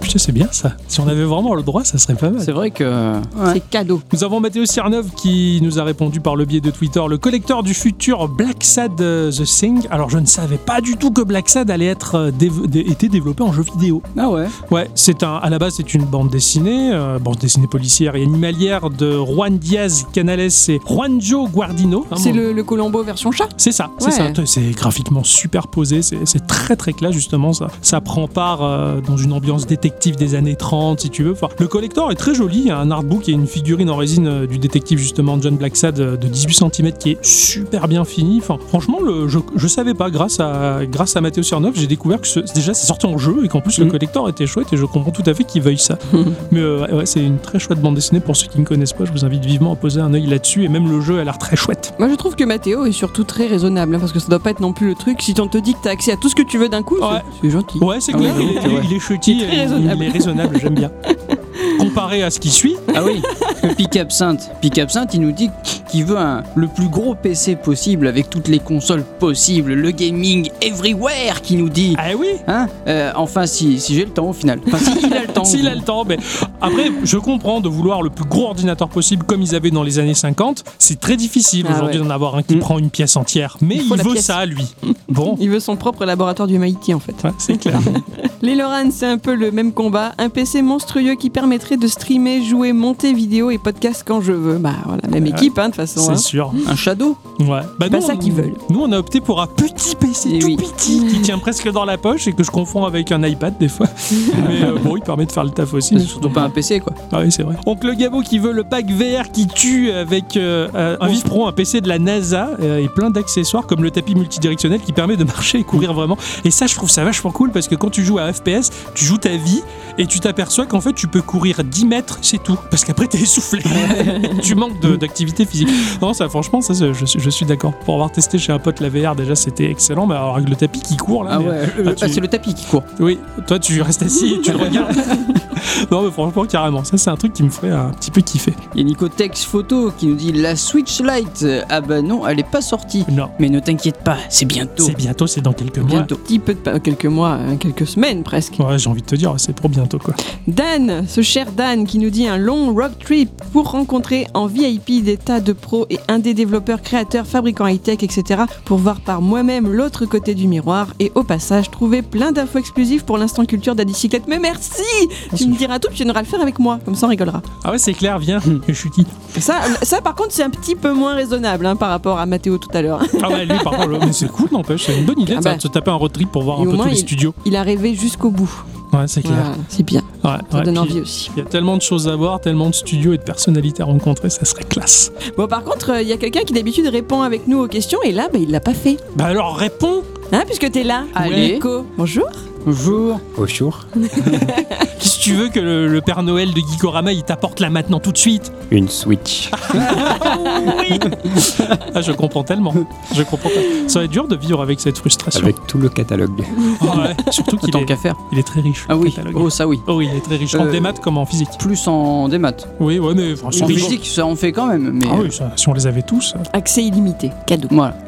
Speaker 3: Putain, c'est bien ça. Si on avait vraiment le droit, ça serait pas mal.
Speaker 2: C'est vrai que. euh,
Speaker 1: C'est cadeau.
Speaker 3: Nous avons Mathéo Cernov qui nous a répondu par le biais de Twitter, le collecteur du futur Black Sad euh, The Thing. Alors je ne savais pas du tout que Black Sad allait être euh, dév- dé- été développé en jeu vidéo.
Speaker 2: Ah ouais
Speaker 3: Ouais, c'est un à la base c'est une bande dessinée, euh, bande dessinée policière et animalière de Juan Diaz Canales et Juanjo Guardino. Hein,
Speaker 1: C'est
Speaker 3: bon.
Speaker 1: le, le Colombo version chat.
Speaker 3: C'est ça, c'est
Speaker 1: Ouais.
Speaker 3: ça. C'est graphiquement superposé, c'est c'est très très classe justement ça. Ça prend part euh, dans une ambiance détective des années 30 si tu veux. Enfin, le collector est très joli, il y a un artbook et une figurine en résine euh, du détective justement John Blacksad euh, de 18 cm qui est super bien fini. Enfin, franchement, le, je, je savais pas, grâce à, grâce à Matteo Cernov, j'ai découvert que ce- déjà c'est sorti en jeu et qu'en plus le
Speaker 2: Mhm.
Speaker 3: collector était chouette et je comprends tout à fait qu'il veuille ça. Mais euh, ouais, ouais, c'est une très chouette bande dessinée pour ceux qui ne connaissent pas, je vous invite vivement à poser un œil là-dessus et même le jeu a l'air très chouette.
Speaker 1: Moi, je trouve que Mathéo est surtout très raisonnable, hein, parce que ça doit pas être non plus le truc. Si on te dit que t'as accès à tout ce que tu veux d'un coup, c'est-
Speaker 3: Ouais.
Speaker 1: c'est gentil.
Speaker 3: Ouais, c'est
Speaker 2: Ah
Speaker 3: clair,
Speaker 2: oui,
Speaker 3: il,
Speaker 2: donc,
Speaker 3: est,
Speaker 2: ouais.
Speaker 3: il est chutty,
Speaker 1: Il est très
Speaker 3: il-
Speaker 1: raisonnable.
Speaker 3: il est raisonnable, j'aime
Speaker 1: *laughs*
Speaker 3: bien. Comparé à ce qui suit,
Speaker 2: Ah oui, le Pic Absinthe. Pic Absinthe, il nous dit qu'il veut un- le plus gros PC possible avec toutes les consoles possibles, le gaming everywhere, qui nous dit.
Speaker 3: ah oui,
Speaker 2: Hein Euh, Enfin, si, si j'ai le temps au final. Enfin, si il a le temps.
Speaker 3: *laughs* s'il a le temps, mais après, je comprends de vouloir le plus gros ordinateur possible comme ils avaient dans les années 50, c'est très difficile
Speaker 1: Ah
Speaker 3: aujourd'hui
Speaker 1: ouais.
Speaker 3: d'en avoir un qui
Speaker 2: Mm.
Speaker 3: prend une pièce entière, mais
Speaker 1: Il
Speaker 3: il,
Speaker 1: faut la
Speaker 3: veut
Speaker 1: pièce.
Speaker 3: ça,
Speaker 1: *laughs*
Speaker 3: lui. Bon,
Speaker 1: Il veut son propre laboratoire du MIT, en fait.
Speaker 3: ouais, c'est clair.
Speaker 1: Les Lorraine, c'est un peu le même combat. Un PC monstrueux qui permettrait de streamer, jouer, monter vidéo et podcast quand je veux. Bah voilà, même équipe, hein, de toute façon.
Speaker 3: C'est
Speaker 1: hein.
Speaker 3: sûr.
Speaker 2: Un shadow
Speaker 3: Ouais.
Speaker 1: pas
Speaker 3: Bah, nous,
Speaker 1: ça
Speaker 3: on-
Speaker 1: qu'ils veulent.
Speaker 3: Nous, on a opté pour un petit PC
Speaker 2: Eh
Speaker 3: tout
Speaker 2: oui.
Speaker 3: petit qui tient presque dans la poche et que je confonds avec un iPad
Speaker 1: *laughs*
Speaker 3: des fois. Mais euh, bon, il permet de faire le taf
Speaker 1: Bah,
Speaker 3: aussi.
Speaker 2: Surtout pas un PC, quoi.
Speaker 3: Ah oui, c'est vrai. Donc le Gabo qui veut le pack VR qui tue avec euh, euh, un Vispro, un PC de la NASA euh, et plein d'accessoires comme le tapis multidirectionnel qui permet de marcher et courir vraiment. Et ça, je trouve ça vachement cool parce que quand tu joues à FPS, tu joues ta vie et tu t'aperçois qu'en fait, tu peux courir 10 mètres, c'est tout. Parce qu'après, t'es *laughs* essoufflé. tu manques de- d'activité physique. Non, ça, franchement, ça, c'est- je, suis- je suis d'accord. Pour avoir testé chez un pote la VR, déjà, c'était excellent. Mais alors, avec le tapis qui court, là,
Speaker 2: Ah
Speaker 3: mais-
Speaker 2: ouais, le-
Speaker 3: ah, tu-
Speaker 2: ah, c'est le tapis qui court.
Speaker 3: oui, toi tu restes assis et tu le regardes. non mais franchement carrément, ça c'est un truc qui me ferait un petit peu kiffer.
Speaker 2: Il y a Nicotex Photo qui nous dit la Switch Lite. Ah bah non, elle est pas sortie.
Speaker 3: Non,
Speaker 2: Mais ne t'inquiète pas, c'est bientôt.
Speaker 3: c'est bientôt, c'est dans quelques mois.
Speaker 2: Bientôt.
Speaker 1: Un petit peu de pa- quelques mois, euh, quelques semaines presque.
Speaker 3: Ouais, j'ai envie de te dire, c'est pour bientôt quoi.
Speaker 1: Dan, ce cher Dan qui nous dit un long road trip pour rencontrer en VIP des tas de pros et un des développeurs, créateurs, fabricants high-tech, etc. pour voir par moi-même l'autre côté du miroir et au passage trouver plein d'infos exclusives pour l'instant culture d'Adicyclette. Mais merci Tu me diras tout, tu viendras le faire avec moi, comme ça on rigolera.
Speaker 3: Ah ouais c'est clair, viens, je suis qui
Speaker 1: Ça, euh, ça par contre, c'est un petit peu moins raisonnable hein, par rapport à Mathéo tout à l'heure. *laughs*
Speaker 3: Ah ouais lui par contre, mais c'est cool n'empêche, c'est une bonne idée
Speaker 1: Ah
Speaker 3: ça,
Speaker 1: bah.
Speaker 3: de se taper un road trip pour voir
Speaker 1: Et
Speaker 3: un
Speaker 1: au
Speaker 3: peu tous
Speaker 1: moins,
Speaker 3: les
Speaker 1: il-
Speaker 3: studios.
Speaker 1: Il a rêvé jusqu'au bout.
Speaker 3: Ouais c'est clair.
Speaker 1: Voilà, c'est bien,
Speaker 3: Ouais,
Speaker 1: ça
Speaker 3: ouais,
Speaker 1: donne
Speaker 3: puis-
Speaker 1: envie aussi.
Speaker 3: Il y a tellement de choses à voir, tellement de studios et de personnalités à rencontrer, ça serait classe.
Speaker 1: Bon, par contre, euh, il y a quelqu'un qui d'habitude répond avec nous aux questions et là, bah, il l'a pas fait.
Speaker 3: Bah alors réponds
Speaker 1: Hein, puisque t'es là.
Speaker 2: Allez.
Speaker 1: Nico. Bonjour.
Speaker 2: Bonjour.
Speaker 8: Bonjour.
Speaker 3: Si tu veux que le, le Père Noël de Gikorama il t'apporte là maintenant tout de suite
Speaker 8: Une Switch.
Speaker 3: Ah je comprends tellement, je comprends pas. Ça va être dur de vivre avec cette frustration.
Speaker 8: Avec tout le catalogue.
Speaker 3: Ah ouais, surtout qu'il
Speaker 2: Tant
Speaker 3: est,
Speaker 2: qu'à faire.
Speaker 3: il est très riche.
Speaker 2: Ah
Speaker 3: le
Speaker 2: oui,
Speaker 3: catalogue.
Speaker 2: oh ça oui.
Speaker 3: Oh oui, il est très riche. En
Speaker 2: Euh,
Speaker 3: démat comme en physique.
Speaker 2: Plus en des maths.
Speaker 3: Oui, ouais, mais enfin, si
Speaker 2: En
Speaker 3: on les-
Speaker 2: physique, ça on fait quand même. Mais
Speaker 3: Ah oui, ça, si on les avait tous. euh,
Speaker 1: Accès illimité. Cadeau.
Speaker 2: voilà.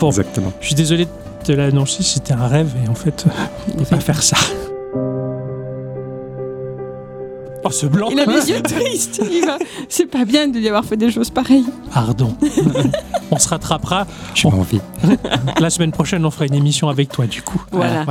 Speaker 3: Bon.
Speaker 8: Exactement.
Speaker 3: Je suis désolé de te l'annoncer, c'était un rêve et en fait, euh, on peut pas faire ça. Oh, ce blanc
Speaker 1: *laughs* Il a des yeux tristes. il va- C'est pas bien de lui avoir fait des choses pareilles.
Speaker 3: Pardon. on se rattrapera.
Speaker 8: J'ai pas envie.
Speaker 3: *laughs* La semaine prochaine, on fera une émission avec toi, du coup.
Speaker 1: Voilà.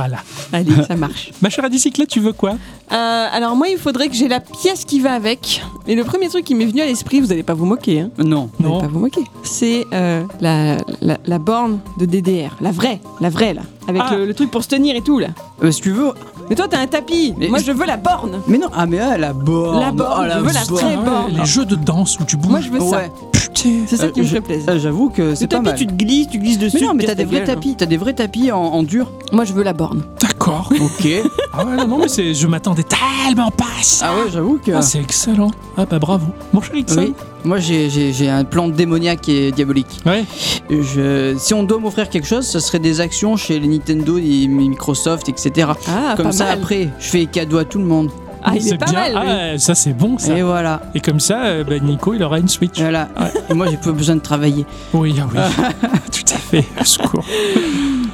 Speaker 1: Allez, ça marche.
Speaker 3: Ma chère Adicyclette, tu veux quoi
Speaker 1: *laughs* Euh, alors moi, il faudrait que j'ai la pièce qui va avec. Et le premier truc qui m'est venu à l'esprit, vous allez pas vous moquer, hein.
Speaker 2: Non.
Speaker 1: Vous allez pas vous moquer. C'est euh, la, la, la borne de DDR, la vraie, la vraie là, avec
Speaker 3: Ah.
Speaker 1: le, le truc pour se tenir et tout là.
Speaker 2: Euh, si tu veux.
Speaker 1: Mais toi, t'as un tapis.
Speaker 2: Mais-
Speaker 1: Moi, je veux la borne.
Speaker 2: Mais non, ah mais ah, la borne.
Speaker 1: La borne,
Speaker 2: Oh,
Speaker 1: je veux la
Speaker 2: borne.
Speaker 1: très borne.
Speaker 3: Les jeux de danse où tu bouges.
Speaker 1: Moi, je veux ça.
Speaker 2: Ouais.
Speaker 3: Putain.
Speaker 1: C'est ça
Speaker 2: Euh,
Speaker 1: qui me
Speaker 2: je-
Speaker 1: ferait plaisir.
Speaker 2: Ah, J'avoue que
Speaker 1: Le
Speaker 2: c'est pas
Speaker 1: tapis,
Speaker 2: mal.
Speaker 1: tu te glisses, tu glisses dessus.
Speaker 2: Mais non, mais
Speaker 1: tu
Speaker 2: t'as
Speaker 1: casses
Speaker 2: des
Speaker 1: ta
Speaker 2: vrais
Speaker 1: gueule.
Speaker 2: tapis, t'as des vrais tapis en, en dur.
Speaker 1: Moi, je veux la borne. *laughs*
Speaker 3: D'accord.
Speaker 2: Ok.
Speaker 3: ah ouais, non, non, mais c'est- je m'attendais tellement pas à ça.
Speaker 2: ah ouais, j'avoue que.
Speaker 3: Ah, c'est excellent. Ah bah bravo. Mon cher Ixon.
Speaker 2: oui. Moi, j'ai- j'ai j'ai un plan démoniaque et diabolique.
Speaker 3: Ouais.
Speaker 2: Je- si on doit m'offrir quelque chose, ce serait des actions chez les Nintendo, les Microsoft, etc.
Speaker 1: Ah,
Speaker 2: Comme
Speaker 1: pas
Speaker 2: ça,
Speaker 1: mal.
Speaker 2: après, je fais cadeau à tout le monde.
Speaker 1: Ah, il est,
Speaker 3: C'est
Speaker 1: pas
Speaker 3: bien.
Speaker 1: mal. lui.
Speaker 3: Ah, ça c'est bon ça.
Speaker 2: Et voilà.
Speaker 3: Et comme ça, euh, bah, Nico, il aura une Switch.
Speaker 2: Voilà. Et moi, j'ai pas besoin de travailler.
Speaker 3: *laughs* Oui, ah oui. Tout à fait, au secours.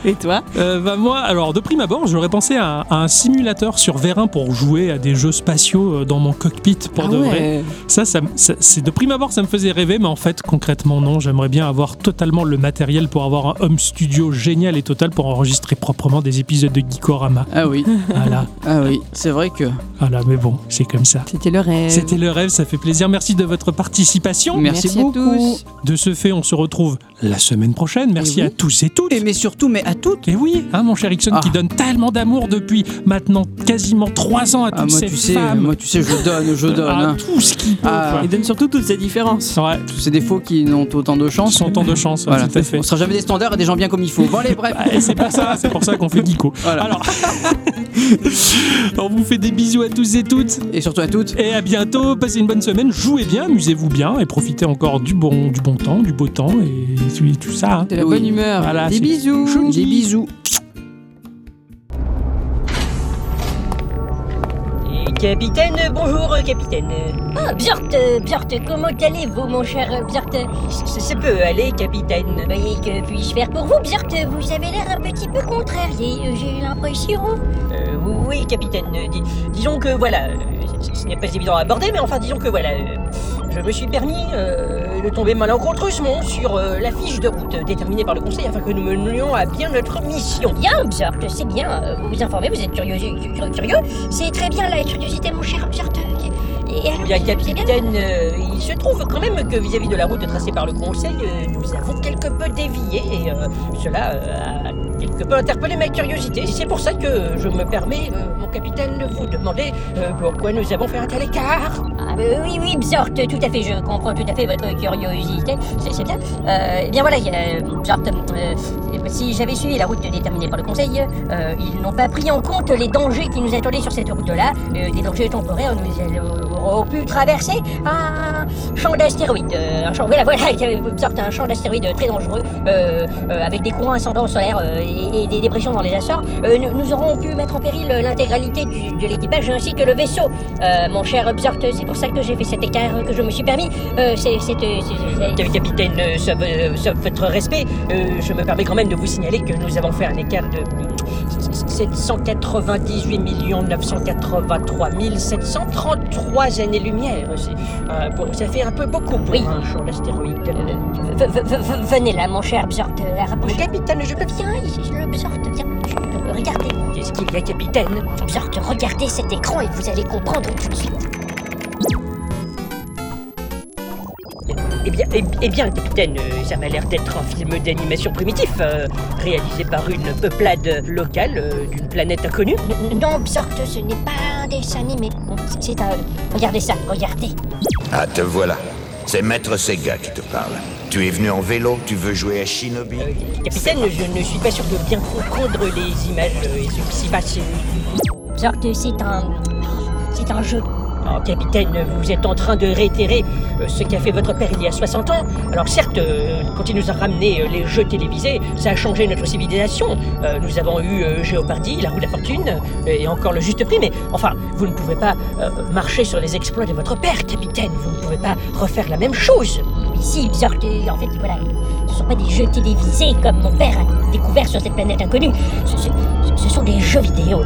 Speaker 1: Et toi
Speaker 3: Euh, bah moi, alors de prime abord, j'aurais pensé à, à un simulateur sur vérin pour jouer à des jeux spatiaux euh, dans mon cockpit pour
Speaker 1: Ah
Speaker 3: de vrai.
Speaker 1: ouais.
Speaker 3: Ça, ça, me- ça- c'est de prime abord, ça me faisait rêver, mais en fait, concrètement, non. J'aimerais bien avoir totalement le matériel pour avoir un home studio génial et total pour enregistrer proprement des épisodes de
Speaker 2: *laughs*
Speaker 3: Geekorama.
Speaker 2: Ah oui,
Speaker 3: Voilà,
Speaker 2: ah oui, c'est vrai que.
Speaker 3: voilà, mais bon, c'est comme ça.
Speaker 1: C'était le
Speaker 2: Euh,
Speaker 1: rêve.
Speaker 3: C'était le rêve, ça fait plaisir. Merci de votre participation.
Speaker 2: Merci,
Speaker 1: Merci à
Speaker 2: beaucoup.
Speaker 1: tous.
Speaker 3: De ce fait, on se retrouve la semaine prochaine. Merci
Speaker 2: oui.
Speaker 3: à tous et toutes.
Speaker 2: Et mais surtout, mais à toutes.
Speaker 3: Et oui, hein, mon cher Ixon
Speaker 2: Ah.
Speaker 3: qui donne tellement d'amour depuis maintenant quasiment trois ans à toutes
Speaker 2: Ah, moi,
Speaker 3: ces
Speaker 2: tu sais,
Speaker 3: femmes,
Speaker 2: moi, tu sais, je donne, je donne.
Speaker 3: à
Speaker 2: hein.
Speaker 3: tout ce qui peut.
Speaker 2: Ah.
Speaker 1: Et donne surtout toutes ces différences.
Speaker 3: quoi. Ouais,
Speaker 2: Tous ces défauts qui n'ont autant de chance.
Speaker 3: son temps de chance, hein,
Speaker 2: Voilà.
Speaker 3: tout à fait.
Speaker 2: On sera jamais des standards et des gens bien comme il faut. Bon, allez, bref.
Speaker 3: Ah, et c'est pour ça, c'est pour ça qu'on fait Geeko.
Speaker 2: Voilà.
Speaker 3: Alors, *laughs* on vous fait des bisous à tous et toutes
Speaker 2: Et surtout à toutes.
Speaker 3: et à bientôt. Passez une bonne semaine, jouez bien, amusez-vous bien et profitez encore du bon, du bon temps, du beau temps et tout, tout ça. hein.
Speaker 1: De la
Speaker 2: Oui.
Speaker 1: bonne humeur.
Speaker 3: Voilà,
Speaker 1: Des
Speaker 3: c'est
Speaker 1: bisous.
Speaker 2: Des bisous.
Speaker 9: Capitaine, bonjour, capitaine. Ah, Björk, euh, Björk, comment allez-vous, mon cher euh, Björk ça, ça peut aller, capitaine.
Speaker 10: Voyez, que puis-je faire pour vous, Björk Vous avez l'air un petit peu contrarié, euh, j'ai l'impression.
Speaker 9: Euh, oui, capitaine. Dis- disons que voilà, euh, ce- ce n'est pas évident à aborder, mais enfin, disons que voilà, euh, je me suis permis euh, de tomber malencontreusement sur euh, la fiche de route déterminée par le Conseil afin que nous menions à bien notre mission.
Speaker 10: Bien, Björk, c'est bien. euh, Vous vous informez, vous êtes curieux, curieux, curieux. C'est très bien la curiosité, mon cher Björk. Et alors,
Speaker 9: Eh Bien,
Speaker 10: vous-
Speaker 9: capitaine, euh, il se trouve quand même que vis-à-vis de la route tracée par le Conseil, euh, nous avons quelque peu dévié et euh, cela euh, a quelque peu interpellé ma curiosité. C'est pour ça que je me permets, euh, mon capitaine, de vous demander euh, pourquoi nous avons fait un tel écart.
Speaker 10: Ah, euh, oui, oui, Björk, tout à fait, je comprends tout à fait votre curiosité. C'est c'est bien. Euh, eh bien voilà, euh, Björk, euh, si j'avais suivi la route déterminée par le Conseil, euh, ils n'ont pas pris en compte les dangers qui nous attendaient sur cette route-là, euh, des dangers temporaires nous aurons pu traverser un champ d'astéroïdes. euh, un champ, voilà, voilà, euh, Björk, un champ d'astéroïdes très dangereux, euh, euh, avec des courants ascendants solaires euh, et, et des dépressions dans les Açores. Euh, nous, nous aurons pu mettre en péril euh, l'intégralité du- de l'équipage ainsi que le vaisseau. Euh, mon cher Björk, c'est pour ça que j'ai fait cet écart, que je me suis permis. Euh, c'est. c'est, euh, c'est- c'est-
Speaker 9: Cap- Capitaine, euh, sauf, euh, sauf votre respect, euh, je me permets quand même de vous signaler que nous avons fait un écart de euh, 798 983 733 années-lumière. C'est, euh, bon, ça fait un peu beaucoup pour
Speaker 10: Oui.
Speaker 9: un Euh, champ d'astéroïdes.
Speaker 10: v- v- v- v- venez là, mon cher Björk, euh,
Speaker 9: Mais
Speaker 10: rapprochez.
Speaker 9: capitaine, je peux...
Speaker 10: Viens ici, le Björk, viens. Je- Regardez,
Speaker 9: Qu'est-ce qu'il y a, capitaine
Speaker 10: Björk, regardez cet écran et vous allez comprendre tout de suite.
Speaker 9: eh bien, eh, eh bien, capitaine, euh, ça m'a l'air d'être un film d'animation primitif, euh, réalisé par une peuplade locale euh, d'une planète inconnue.
Speaker 10: Non, Björk, ce n'est pas un dessin animé. C'est un. Regardez ça, regardez.
Speaker 4: Ah, te voilà. C'est Maître Sega qui te parle. Tu es venu en vélo, tu veux jouer à Shinobi
Speaker 9: Euh, capitaine, je ne suis pas sûr de bien comprendre les images euh, et ce qui s'y passe. Euh,
Speaker 10: Björk, c'est un. C'est un jeu.
Speaker 9: Alors, oh, capitaine, vous êtes en train de réitérer euh, ce qu'a fait votre père il y a 60 ans. Alors certes, euh, quand il nous a ramené euh, les jeux télévisés, ça a changé notre civilisation. Euh, nous avons eu euh, Géopardy, la roue de la fortune, euh, et encore le juste prix, mais enfin, vous ne pouvez pas euh, marcher sur les exploits de votre père, capitaine. Vous ne pouvez pas refaire la même chose.
Speaker 10: Mais si, Björk, euh, en fait, voilà, ce sont pas des jeux télévisés comme mon père a découvert sur cette planète inconnue. Ce, ce- ce sont des jeux vidéo.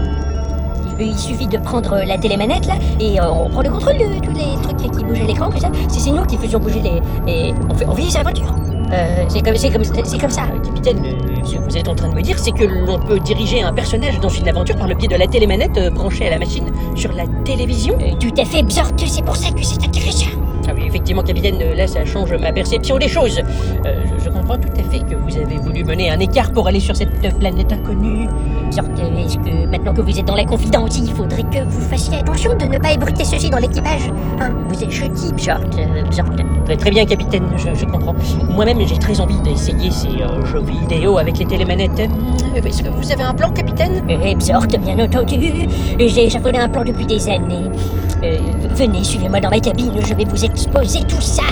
Speaker 10: Il, il suffit de prendre euh, la télémanette, là, et euh, on prend le contrôle de tous les trucs qui bougent à l'écran, tout ça. C'est c'est nous qui faisions bouger les... Et on, fait, on vit les aventures. Euh, c'est comme, c'est comme, c'est comme ça.
Speaker 9: Euh, Capitaine, euh, ce que vous êtes en train de me dire, c'est que l'on peut diriger un personnage dans une aventure par le biais de la télémanette euh, branchée à la machine sur la télévision
Speaker 10: Euh, tout à fait, Björk, c'est pour ça que c'est intéressant.
Speaker 9: Ah oui, effectivement, capitaine, euh, là, ça change ma perception des choses. Euh, je, je comprends tout à fait que vous avez voulu mener un écart pour aller sur cette euh, planète inconnue.
Speaker 10: Björk, euh, est-ce que maintenant que vous êtes dans la confidence, il faudrait que vous fassiez attention de ne pas ébruiter ceci dans l'équipage Hein, Vous êtes gentil, Björk, euh, Björk.
Speaker 9: Très, très bien, capitaine, je, je comprends. Moi-même, j'ai très envie d'essayer ces euh, jeux vidéo avec les télémanettes. Euh, Est-ce que vous avez un plan, capitaine
Speaker 10: Eh, Björk, bien entendu. J'ai échafaudé un plan depuis des années. Euh, venez, suivez-moi dans ma cabine, je vais vous exposer tout ça.